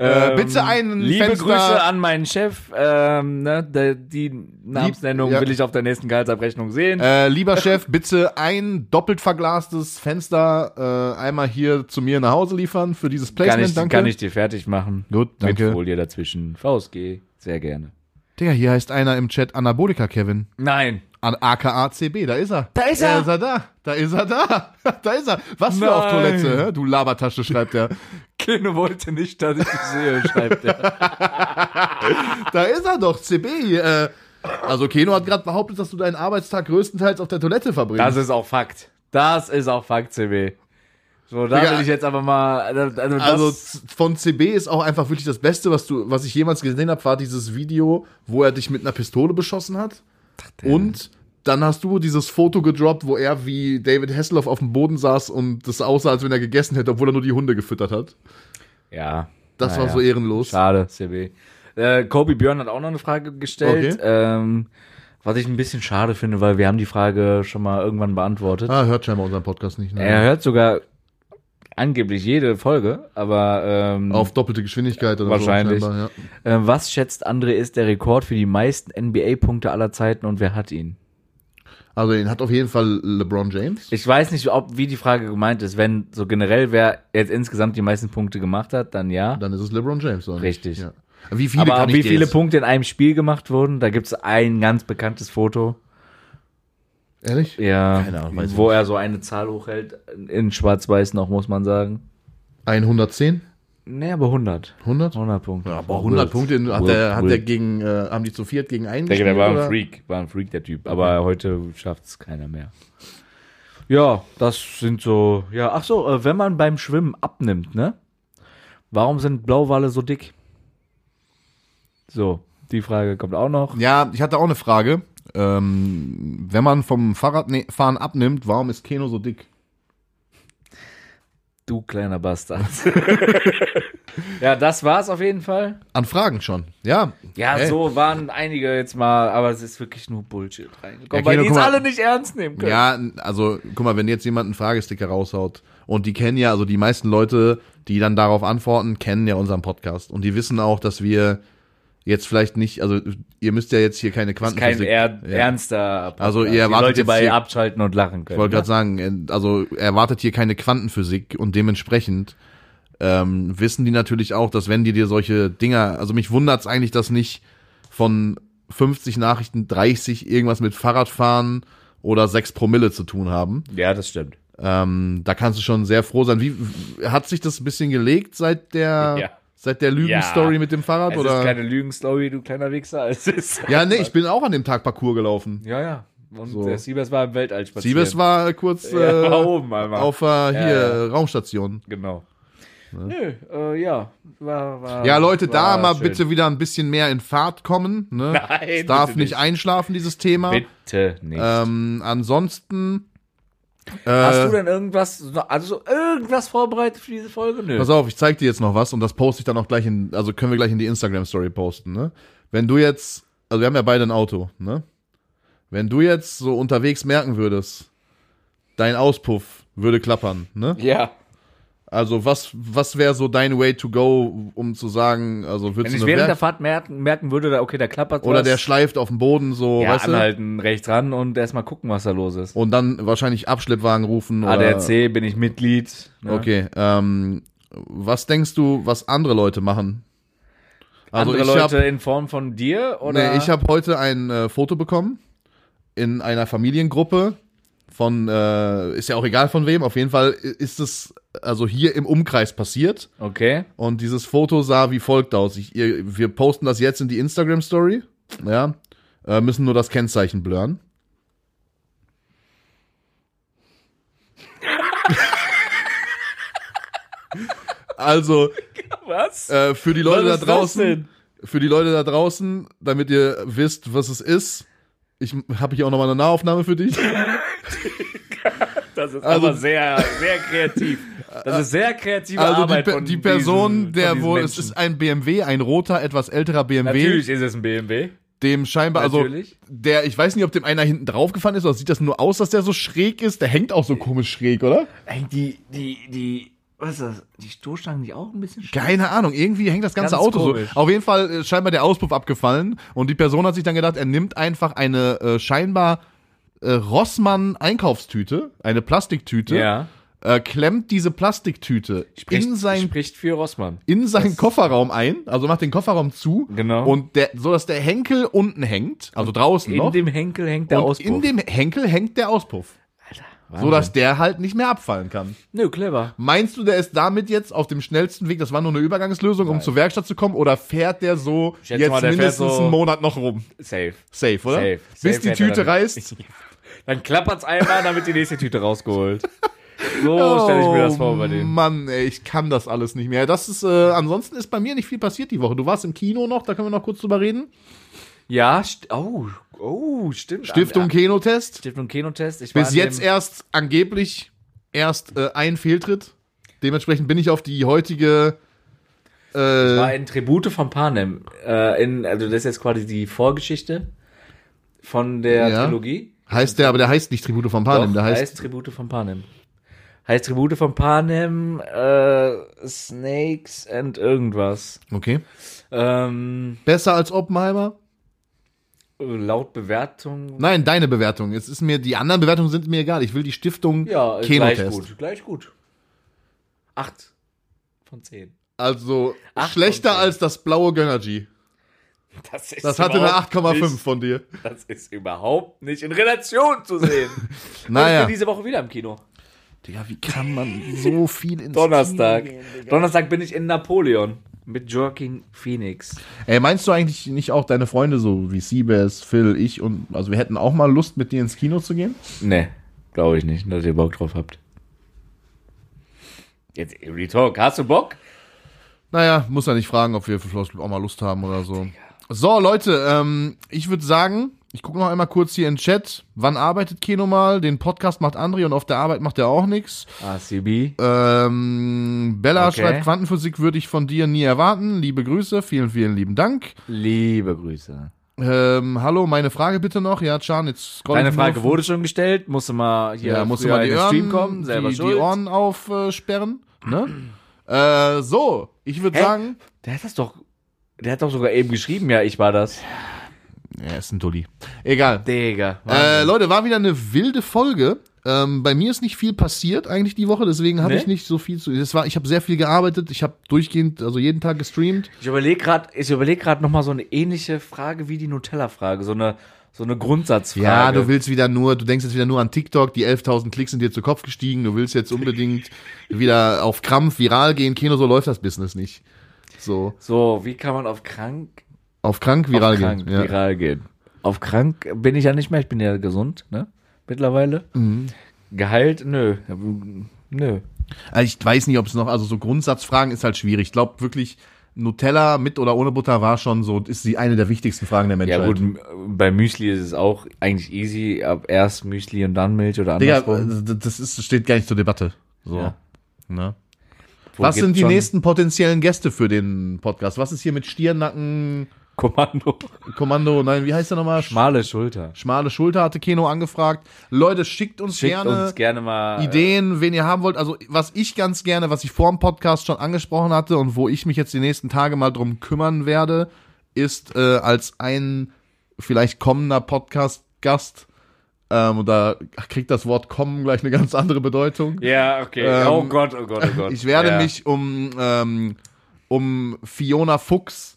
S2: Ähm,
S1: Äh, bitte einen
S2: Liebe
S1: Fenster-
S2: Grüße an meinen Chef. Ähm, ne, der, die Namensnennung
S1: ja.
S2: will ich auf der nächsten Gehaltsabrechnung sehen.
S1: Äh, lieber Chef, bitte ein doppelt verglastes Fenster äh, einmal hier zu mir nach Hause liefern für dieses
S2: kann,
S1: Placement,
S2: ich,
S1: danke.
S2: kann ich dir fertig machen.
S1: Gut, danke.
S2: Mit Folie dazwischen. VSG, sehr gerne.
S1: Digga, hier heißt einer im Chat Anabolika Kevin. (laughs)
S2: Nein.
S1: An AKA CB, da ist er.
S2: Da ist er.
S1: Da ist er da. Da ist er da. (laughs) Da ist er. Was für
S2: Nein.
S1: auf Toilette, hä? du Labertasche, schreibt er.
S2: Kino wollte nicht, dass ich dich sehe, (laughs) schreibt er.
S1: Da ist er doch, CB. Äh, also Keno hat gerade behauptet, dass du deinen Arbeitstag größtenteils auf der Toilette verbringst.
S2: Das ist auch Fakt. Das ist auch Fakt, CB. So, da
S1: Digga,
S2: will ich jetzt aber mal. Also, also,
S1: Also
S2: das,
S1: z- von CB ist auch einfach wirklich das Beste, was du, was ich jemals gesehen habe, war dieses Video, wo er dich mit einer Pistole beschossen hat. und dann hast du dieses Foto gedroppt, wo er wie David Hasselhoff auf dem Boden saß und das aussah, als wenn er gegessen hätte, obwohl er nur die Hunde gefüttert hat.
S2: ja.
S1: Das war
S2: Naja.
S1: so ehrenlos.
S2: Schade, CB. Äh, Kobe Björn hat auch noch eine Frage gestellt,
S1: Okay.
S2: ähm, was ich ein bisschen schade finde, weil wir haben die Frage schon mal irgendwann beantwortet.
S1: Ah, hört scheinbar unseren Podcast nicht. Ne?
S2: Er hört sogar angeblich jede Folge, aber ähm,
S1: Auf doppelte Geschwindigkeit oder
S2: Wahrscheinlich.
S1: so. scheinbar,
S2: äh, was schätzt André ist der Rekord für die meisten NBA-Punkte aller Zeiten und wer hat ihn?
S1: Also den hat auf jeden Fall LeBron James.
S2: Ich weiß nicht, ob wie die Frage gemeint ist. Wenn so generell wer jetzt insgesamt die meisten Punkte gemacht hat, dann ja.
S1: Dann ist es LeBron James. Oder? nicht?
S2: Richtig.
S1: Ja. Wie viele
S2: Aber
S1: kann
S2: wie
S1: ich dir
S2: viele
S1: jetzt?
S2: Punkte in einem Spiel gemacht wurden, da gibt's ein ganz bekanntes Foto,
S1: Ehrlich?
S2: ja,
S1: Keine Ahnung, weiß ich
S2: wo er so eine Zahl hochhält, in schwarz-weiß noch, muss man sagen.
S1: 110?
S2: Nee, aber 100.
S1: 100?
S2: 100 Punkte.
S1: Ja, aber 100 Punkte hat der, hat der gegen, äh, haben die zu viert gegen einen
S2: Der, der
S1: gespielt,
S2: war
S1: oder?
S2: ein Freak, war ein Freak, der Typ. Aber heute schafft's keiner mehr. Ja, das sind so. Ja, ach so, äh, wenn man beim Schwimmen abnimmt, ne? Warum sind Blauwale so dick? So, die Frage kommt auch noch.
S1: Ja, ich hatte auch eine Frage. Ähm, wenn man vom Fahrradfahren abnimmt, warum ist Keno so dick?
S2: Du kleiner Bastard. (laughs) ja, das war's auf jeden Fall.
S1: An Fragen schon. Ja.
S2: Ja,
S1: Hey.
S2: so waren einige jetzt mal, aber es ist wirklich nur Bullshit reingekommen,
S1: Ja,
S2: weil
S1: Keno,
S2: die es
S1: guck mal.
S2: alle nicht ernst nehmen können.
S1: Ja, also guck mal, wenn jetzt jemand einen Fragesticker raushaut und die kennen ja, also die meisten Leute, die dann darauf antworten, kennen ja unseren Podcast und die wissen auch, dass wir jetzt vielleicht nicht, also ihr müsst ja jetzt hier keine
S2: Kein
S1: Quantenphysik.
S2: er
S1: ja.
S2: ernster Podcast.
S1: Also ihr
S2: die
S1: erwartet
S2: Leute
S1: jetzt
S2: bei
S1: hier-
S2: abschalten und lachen können.
S1: Ich wollte
S2: ne?
S1: gerade sagen, äh, also erwartet hier keine Quantenphysik und dementsprechend ähm, wissen die natürlich auch, dass wenn die dir solche Dinger, also mich wundert es eigentlich, dass nicht von 50 Nachrichten 30 irgendwas mit Fahrradfahren oder 6 Promille zu tun haben.
S2: Ja, das stimmt.
S1: Ähm, da kannst du schon sehr froh sein. Wie w- hat sich das ein bisschen gelegt seit der
S2: Ja.
S1: seit der Lügenstory
S2: Ja.
S1: mit dem Fahrrad
S2: Es ist
S1: oder?
S2: keine Lügenstory, du kleiner Wichser. (laughs) Es ist
S1: Ja, nee, ich bin auch an dem Tag Parcours gelaufen.
S2: ja, ja. Und
S1: So.
S2: der Siebers war im Weltall spazieren.
S1: Siebes war kurz äh,
S2: (laughs) ja, war oben einmal.
S1: auf äh, hier
S2: Ja,
S1: Raumstation.
S2: Genau. Nö, äh, ja. War, war,
S1: Ne? Ja, Leute, da
S2: war
S1: mal
S2: schön.
S1: bitte wieder ein bisschen mehr in Fahrt kommen. Ne?
S2: (laughs) Nein,
S1: es darf
S2: bitte
S1: nicht
S2: nicht.
S1: einschlafen, dieses Thema.
S2: Bitte nicht.
S1: Ähm, ansonsten,
S2: Hast du
S1: äh,
S2: denn irgendwas, also irgendwas vorbereitet für diese Folge? Nö.
S1: pass auf, ich zeig dir jetzt noch was und das poste ich dann auch gleich in, also können wir gleich in die Instagram-Story posten. Ne? Wenn du jetzt, also wir haben ja beide ein Auto, ne? Wenn du jetzt so unterwegs merken würdest, dein Auspuff würde klappern, ne?
S2: ja.
S1: Also was, was wäre so dein Way to go, um zu sagen, also
S2: Wenn
S1: würdest
S2: ich
S1: du eine
S2: während der
S1: Werk
S2: Fahrt merken, merken würde, da- okay, da klappert
S1: oder
S2: was.
S1: der schleift auf dem Boden so,
S2: ja,
S1: weißt du?
S2: anhalten, rechts ran und erstmal gucken, was da los ist.
S1: Und dann wahrscheinlich Abschleppwagen rufen oder.
S2: ADAC bin ich Mitglied. ne?
S1: Okay. Ähm, was denkst du, was andere Leute machen? Also
S2: Andere
S1: ich
S2: Leute
S1: habe
S2: in Form von dir oder?
S1: nee, ich hab heute ein äh, Foto bekommen in einer Familiengruppe von, äh, ist ja auch egal von wem, auf jeden Fall i- ist es also hier im Umkreis passiert.
S2: Okay.
S1: Und dieses Foto sah wie folgt aus. Ich, ihr, wir posten das jetzt in die Instagram-Story. Ja. Äh, müssen nur das Kennzeichen
S2: (laughs)
S1: blurren. also,
S2: Was?
S1: äh, für die Leute da
S2: Was ist das
S1: draußen,
S2: denn?
S1: für die Leute da draußen, damit ihr wisst, was es ist, ich habe hier auch nochmal eine Nahaufnahme für dich.
S2: Das ist
S1: Also-
S2: aber sehr, sehr kreativ. Das ist sehr kreative
S1: Also die,
S2: Arbeit
S1: Pe-
S2: von
S1: die Person,
S2: diesen, von
S1: der
S2: diesen
S1: wohl, es
S2: Menschen.
S1: ist ein BMW, ein roter, etwas älterer BMW.
S2: Natürlich ist es ein BMW.
S1: dem scheinbar, also
S2: Natürlich.
S1: der, ich weiß nicht, ob dem einer hinten draufgefahren ist, oder sieht das nur aus, dass der so schräg ist? Der hängt auch so komisch schräg, oder?
S2: Hängt die, die, die, was ist das? Die Stoßstangen, die auch ein bisschen schräg.
S1: Keine Ahnung, irgendwie hängt das ganze
S2: Ganz
S1: Auto
S2: komisch.
S1: so. Auf jeden Fall ist scheinbar der Auspuff abgefallen und die Person hat sich dann gedacht, er nimmt einfach eine äh, scheinbar äh, Rossmann Einkaufstüte, eine Plastiktüte,
S2: Ja.
S1: äh, klemmt diese Plastiktüte in sein
S2: spricht für Rossmann.
S1: in seinen Kofferraum ein, also macht den Kofferraum zu
S2: Genau.
S1: und der, so dass der Henkel unten hängt, also draußen
S2: In
S1: noch.
S2: dem Henkel hängt der
S1: und
S2: Auspuff.
S1: in dem Henkel hängt der Auspuff. so dass der halt nicht mehr abfallen kann.
S2: Nö, clever.
S1: Meinst du, der ist damit jetzt auf dem schnellsten Weg, das war nur eine Übergangslösung, um zur Werkstatt zu kommen, oder fährt der so
S2: schätze
S1: jetzt
S2: mal, der fährt
S1: mindestens
S2: so-
S1: einen Monat noch rum?
S2: Safe.
S1: Safe, oder?
S2: Safe.
S1: Bis
S2: Safe
S1: die
S2: fährt er
S1: Tüte
S2: damit. (laughs)
S1: reißt.
S2: Dann klappert's einmal, dann wird die nächste Tüte rausgeholt. (laughs) So stelle ich mir das vor bei dem.
S1: Mann, ey, ich kann das alles nicht mehr. Das ist, äh, ansonsten ist bei mir nicht viel passiert die Woche. Du warst im Kino noch, da können wir noch kurz drüber reden.
S2: Ja, st oh, oh, stimmt.
S1: Stiftung
S2: Am-
S1: Kinotest.
S2: Stiftung Kenotest. Ich war
S1: Bis
S2: an
S1: jetzt
S2: dem,
S1: erst angeblich erst äh, ein Fehltritt. Dementsprechend bin ich auf die heutige äh,
S2: war in Tribute von Panem. Äh, in, also das ist jetzt quasi die Vorgeschichte von der
S1: Ja.
S2: Trilogie.
S1: Heißt der, aber der heißt nicht Tribute von Panem, der
S2: Doch,
S1: heißt,
S2: Tribute von Panem. Heißt Tribute von Panem, äh, Snakes and irgendwas.
S1: Okay.
S2: Ähm,
S1: Besser als Oppenheimer?
S2: laut Bewertung.
S1: Nein, deine Bewertung. Es ist mir, die anderen Bewertungen sind mir egal. Ich will die Stiftung
S2: Ja, gleich
S1: Kenotest.
S2: gut. Gleich gut. Acht von zehn.
S1: Also
S2: Acht
S1: schlechter
S2: und zehn.
S1: als das blaue Gönnergy.
S2: (laughs) Das, ist
S1: Das hatte eine
S2: überhaupt
S1: 8,5
S2: nicht-
S1: von dir.
S2: Das ist überhaupt nicht in Relation
S1: (laughs)
S2: zu sehen. Ich
S1: Naja.
S2: bin diese Woche wieder im Kino.
S1: Digga, wie kann man so viel ins
S2: Donnerstag. Donnerstag bin ich in Napoleon mit Joaquin Phoenix.
S1: Ey, meinst du eigentlich nicht auch deine Freunde so wie Siebes, Phil, ich und also wir hätten auch mal Lust mit dir ins Kino zu gehen?
S2: Nee, glaube ich nicht, dass ihr Bock drauf habt. Jetzt, Real Talk, hast du Bock?
S1: Naja, muss ja nicht fragen, ob wir für Flossclub auch mal Lust haben oder so. So, Leute, ähm, ich würde sagen, ich gucke noch einmal kurz hier in den Chat. Wann arbeitet Keno mal? Den Podcast macht André und auf der Arbeit macht er auch nichts.
S2: ACB.
S1: Ähm, Bella
S2: Okay.
S1: schreibt, Quantenphysik würde ich von dir nie erwarten. Liebe Grüße, vielen, vielen lieben Dank.
S2: Liebe Grüße.
S1: Ähm, hallo, meine Frage bitte noch. Ja, Can, jetzt scroll
S2: Deine
S1: ich nur
S2: Frage
S1: auf-
S2: wurde schon gestellt, musste mal hier
S1: Ja, musst du
S2: früher
S1: mal die
S2: in den
S1: Ohren,
S2: Stream kommen, selber
S1: die, die
S2: schuld.
S1: Ohren aufsperren. (clears throat) Ne? äh, so, ich würde
S2: Hä?
S1: sagen.
S2: Der hat das doch, der hat doch sogar eben geschrieben, ja, ich war das.
S1: Er ist ein Dulli. Egal.
S2: Digga.
S1: Äh,
S2: Wahnsinn.
S1: Leute, war wieder eine wilde Folge. Ähm, bei mir ist nicht viel passiert eigentlich die Woche, deswegen habe
S2: Nee?
S1: ich nicht so viel zu. Es war, ich habe sehr viel gearbeitet, ich habe durchgehend, also jeden Tag gestreamt.
S2: ich überlege gerade, ich überlege gerade nochmal so eine ähnliche Frage wie die Nutella-Frage, so eine, so eine Grundsatzfrage.
S1: Ja, du willst wieder nur, du denkst jetzt wieder nur an TikTok, die 11.000 Klicks sind dir zu Kopf gestiegen, du willst jetzt (laughs) unbedingt wieder auf Krampf viral gehen. Keno, so läuft das Business nicht. So,
S2: So, wie kann man auf krank,
S1: auf krank viral
S2: auf krank
S1: gehen. Ja.
S2: viral gehen? Auf krank bin ich ja nicht mehr, ich bin ja gesund, ne? Mittlerweile.
S1: Mhm.
S2: Geheilt? Nö. Nö.
S1: Also ich weiß nicht, ob es noch, also so Grundsatzfragen ist halt schwierig. Ich glaube wirklich, Nutella mit oder ohne Butter war schon so, ist die eine der wichtigsten Fragen der Menschheit.
S2: Ja gut, m- bei Müsli ist es auch eigentlich easy, ab erst Müsli und dann Milch oder
S1: Digga,
S2: andersrum.
S1: d- das ist, steht gar nicht zur Debatte. So.
S2: Ja.
S1: Ne?
S2: Wo
S1: Was
S2: gibt's
S1: sind die
S2: schon
S1: nächsten potenziellen Gäste für den Podcast? Was ist hier mit Stirnacken,
S2: Kommando.
S1: Kommando, nein, wie heißt der nochmal? Sch-
S2: Schmale Schulter.
S1: Schmale Schulter hatte Keno angefragt. Leute, schickt uns
S2: Schickt
S1: gerne
S2: uns gerne mal äh,
S1: Äh, Ideen, wen ihr haben wollt. Also, was ich ganz gerne, was ich vor dem Podcast schon angesprochen hatte und wo ich mich jetzt die nächsten Tage mal drum kümmern werde, ist äh, als ein vielleicht kommender Podcast-Gast, ähm, und da kriegt das Wort kommen gleich eine ganz andere Bedeutung.
S2: Äh, ja, okay.
S1: Ähm,
S2: oh Gott, oh Gott, oh Gott.
S1: Ich werde
S2: ja.
S1: mich um, ähm, um Fiona Fuchs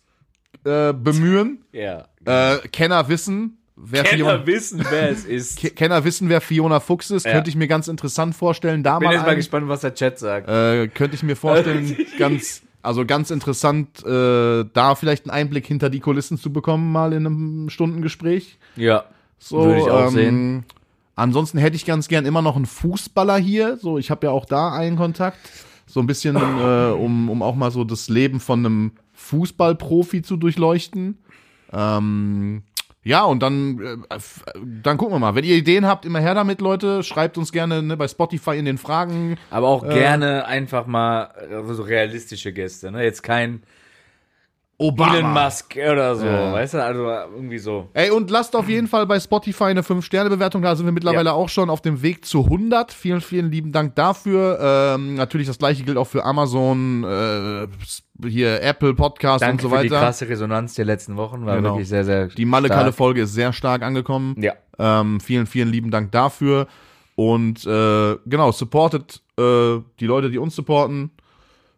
S1: äh, bemühen.
S2: Ja.
S1: Äh, Kenner wissen, wer Fiona
S2: Kenner wissen,
S1: (laughs)
S2: wer es ist.
S1: Ke- Kenner wissen, wer Fiona Fuchs ist,
S2: Ja.
S1: könnte ich mir ganz interessant vorstellen. Da
S2: Bin
S1: mal,
S2: jetzt mal
S1: ein,
S2: gespannt, was der Chat sagt.
S1: äh, könnte ich mir
S2: (laughs)
S1: vorstellen, ganz, also ganz interessant, äh, da vielleicht einen Einblick hinter die Kulissen zu bekommen, mal in einem Stundengespräch.
S2: Ja.
S1: So,
S2: Würde ich auch
S1: ähm,
S2: sehen.
S1: Ansonsten hätte ich ganz gern immer noch einen Fußballer hier. So, ich habe ja auch da einen Kontakt. So ein bisschen, äh, um, um auch mal so das Leben von einem Fußballprofi zu durchleuchten. Ähm, ja, und dann, äh, f- dann gucken wir mal. Wenn ihr Ideen habt, immer her damit, Leute. Schreibt uns gerne ne, bei Spotify in den Fragen.
S2: Aber auch gerne einfach mal äh, so realistische Gäste, ne? Jetzt kein
S1: Obama.
S2: Elon Musk oder so,
S1: Ja.
S2: weißt du? Also irgendwie so.
S1: Ey, und lasst auf
S2: (clears throat)
S1: jeden Fall bei Spotify eine 5-Sterne-Bewertung. Da sind wir mittlerweile
S2: Ja.
S1: auch schon auf dem Weg zu 100. Vielen, vielen lieben Dank dafür. Ähm, natürlich das gleiche gilt auch für Amazon, äh, hier Apple Podcast
S2: Danke
S1: und so
S2: für die
S1: weiter.
S2: krasse Resonanz der letzten Wochen, war
S1: Genau.
S2: wirklich sehr, sehr
S1: Die, Malle-Kalle
S2: stark.
S1: Folge ist sehr stark angekommen.
S2: Ja.
S1: Ähm, vielen, vielen lieben Dank dafür. Und äh, genau, supportet äh, die Leute, die uns supporten.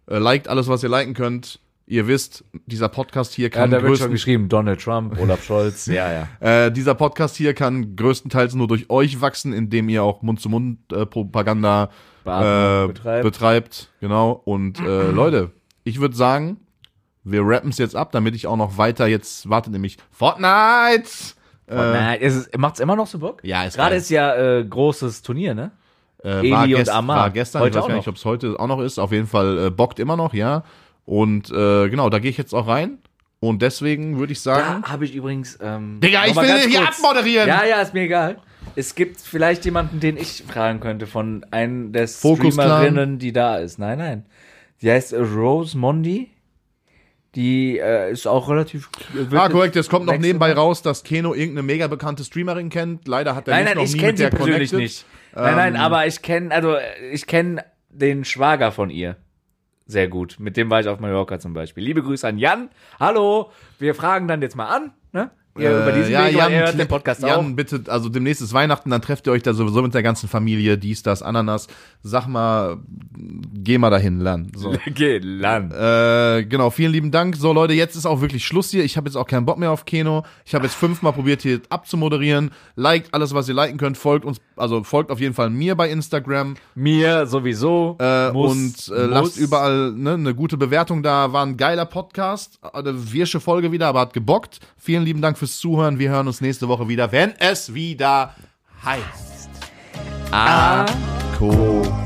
S1: Äh, liked alles, was ihr liken könnt. Ihr wisst, dieser Podcast hier
S2: Ja,
S1: kann
S2: da wird schon
S1: größten,
S2: geschrieben, Donald Trump, Olaf Scholz, ja, ja.
S1: Äh, dieser Podcast hier kann größtenteils nur durch euch wachsen, indem ihr auch Mund-zu-Mund-Propaganda äh,
S2: Beatmung
S1: betreibt.
S2: betreibt.
S1: Genau. Und
S2: (clears throat)
S1: äh, Leute, ich würde sagen, wir rappen es jetzt ab, damit ich auch noch weiter jetzt warte, nämlich Fortnite! Äh,
S2: Nein, es ist, macht's immer noch so Bock?
S1: Ja, ist
S2: Gerade
S1: geil.
S2: ist ja äh, großes Turnier, ne?
S1: äh,
S2: Eli
S1: war,
S2: und
S1: gest
S2: Amar.
S1: war gestern,
S2: Heute
S1: ich weiß
S2: auch
S1: gar nicht,
S2: noch.
S1: ob es heute auch noch ist. Auf jeden Fall äh, bockt immer noch, ja. Und äh, genau, da gehe ich jetzt auch rein. Und deswegen würde ich
S2: Da
S1: sagen.
S2: habe ich übrigens. Ähm,
S1: Digga,
S2: noch
S1: ich
S2: mal
S1: will
S2: ganz
S1: hier
S2: kurz-
S1: abmoderieren!
S2: Ja, ja, ist mir egal. Es gibt vielleicht jemanden, den ich fragen könnte von einem der
S1: Focus Clan.
S2: Streamerinnen, die da ist. Nein, nein. Die heißt äh, Rose Mondi. Die äh, ist auch relativ. äh, wird
S1: Ah,
S2: jetzt-
S1: korrekt, es kommt noch
S2: nächste
S1: nebenbei raus, dass Keno irgendeine mega bekannte Streamerin kennt. Leider hat er
S2: Nein,
S1: mich
S2: nein,
S1: noch
S2: ich
S1: nie
S2: kenne
S1: mit
S2: sie
S1: der
S2: persönlich
S1: connected. Ähm.
S2: nicht. Nein, nein, aber ich kenne, also äh, ich kenne den Schwager von ihr sehr gut. Mit dem war ich auf Mallorca zum Beispiel. Liebe Grüße an Jan. Hallo, wir fragen dann jetzt mal an, ne? Ja, über diesen Weg, weil er hört den
S1: kle-
S2: Podcast
S1: Äh, Jan,
S2: auch.
S1: bitte, also demnächst ist Weihnachten, dann trefft ihr euch da sowieso mit der ganzen Familie, dies, das, Ananas. Sag mal, geh mal dahin, Lan.
S2: (laughs)
S1: So.
S2: Geland.
S1: Äh, genau, vielen lieben Dank. So, Leute, jetzt ist auch wirklich Schluss hier. Ich habe jetzt auch keinen Bock mehr auf Keno. Ich habe jetzt fünfmal probiert, hier abzumoderieren. Liked alles, was ihr liken könnt. Folgt uns, also folgt auf jeden Fall mir bei Instagram.
S2: Mir sowieso.
S1: Äh,
S2: muss,
S1: und äh,
S2: muss.
S1: lasst überall ne, eine gute Bewertung da. War ein geiler Podcast. Eine wirsche Folge wieder, aber hat gebockt. Vielen lieben Dank fürs Zuhören. Wir hören uns nächste Woche wieder, wenn es wieder heißt.
S2: Korrekt.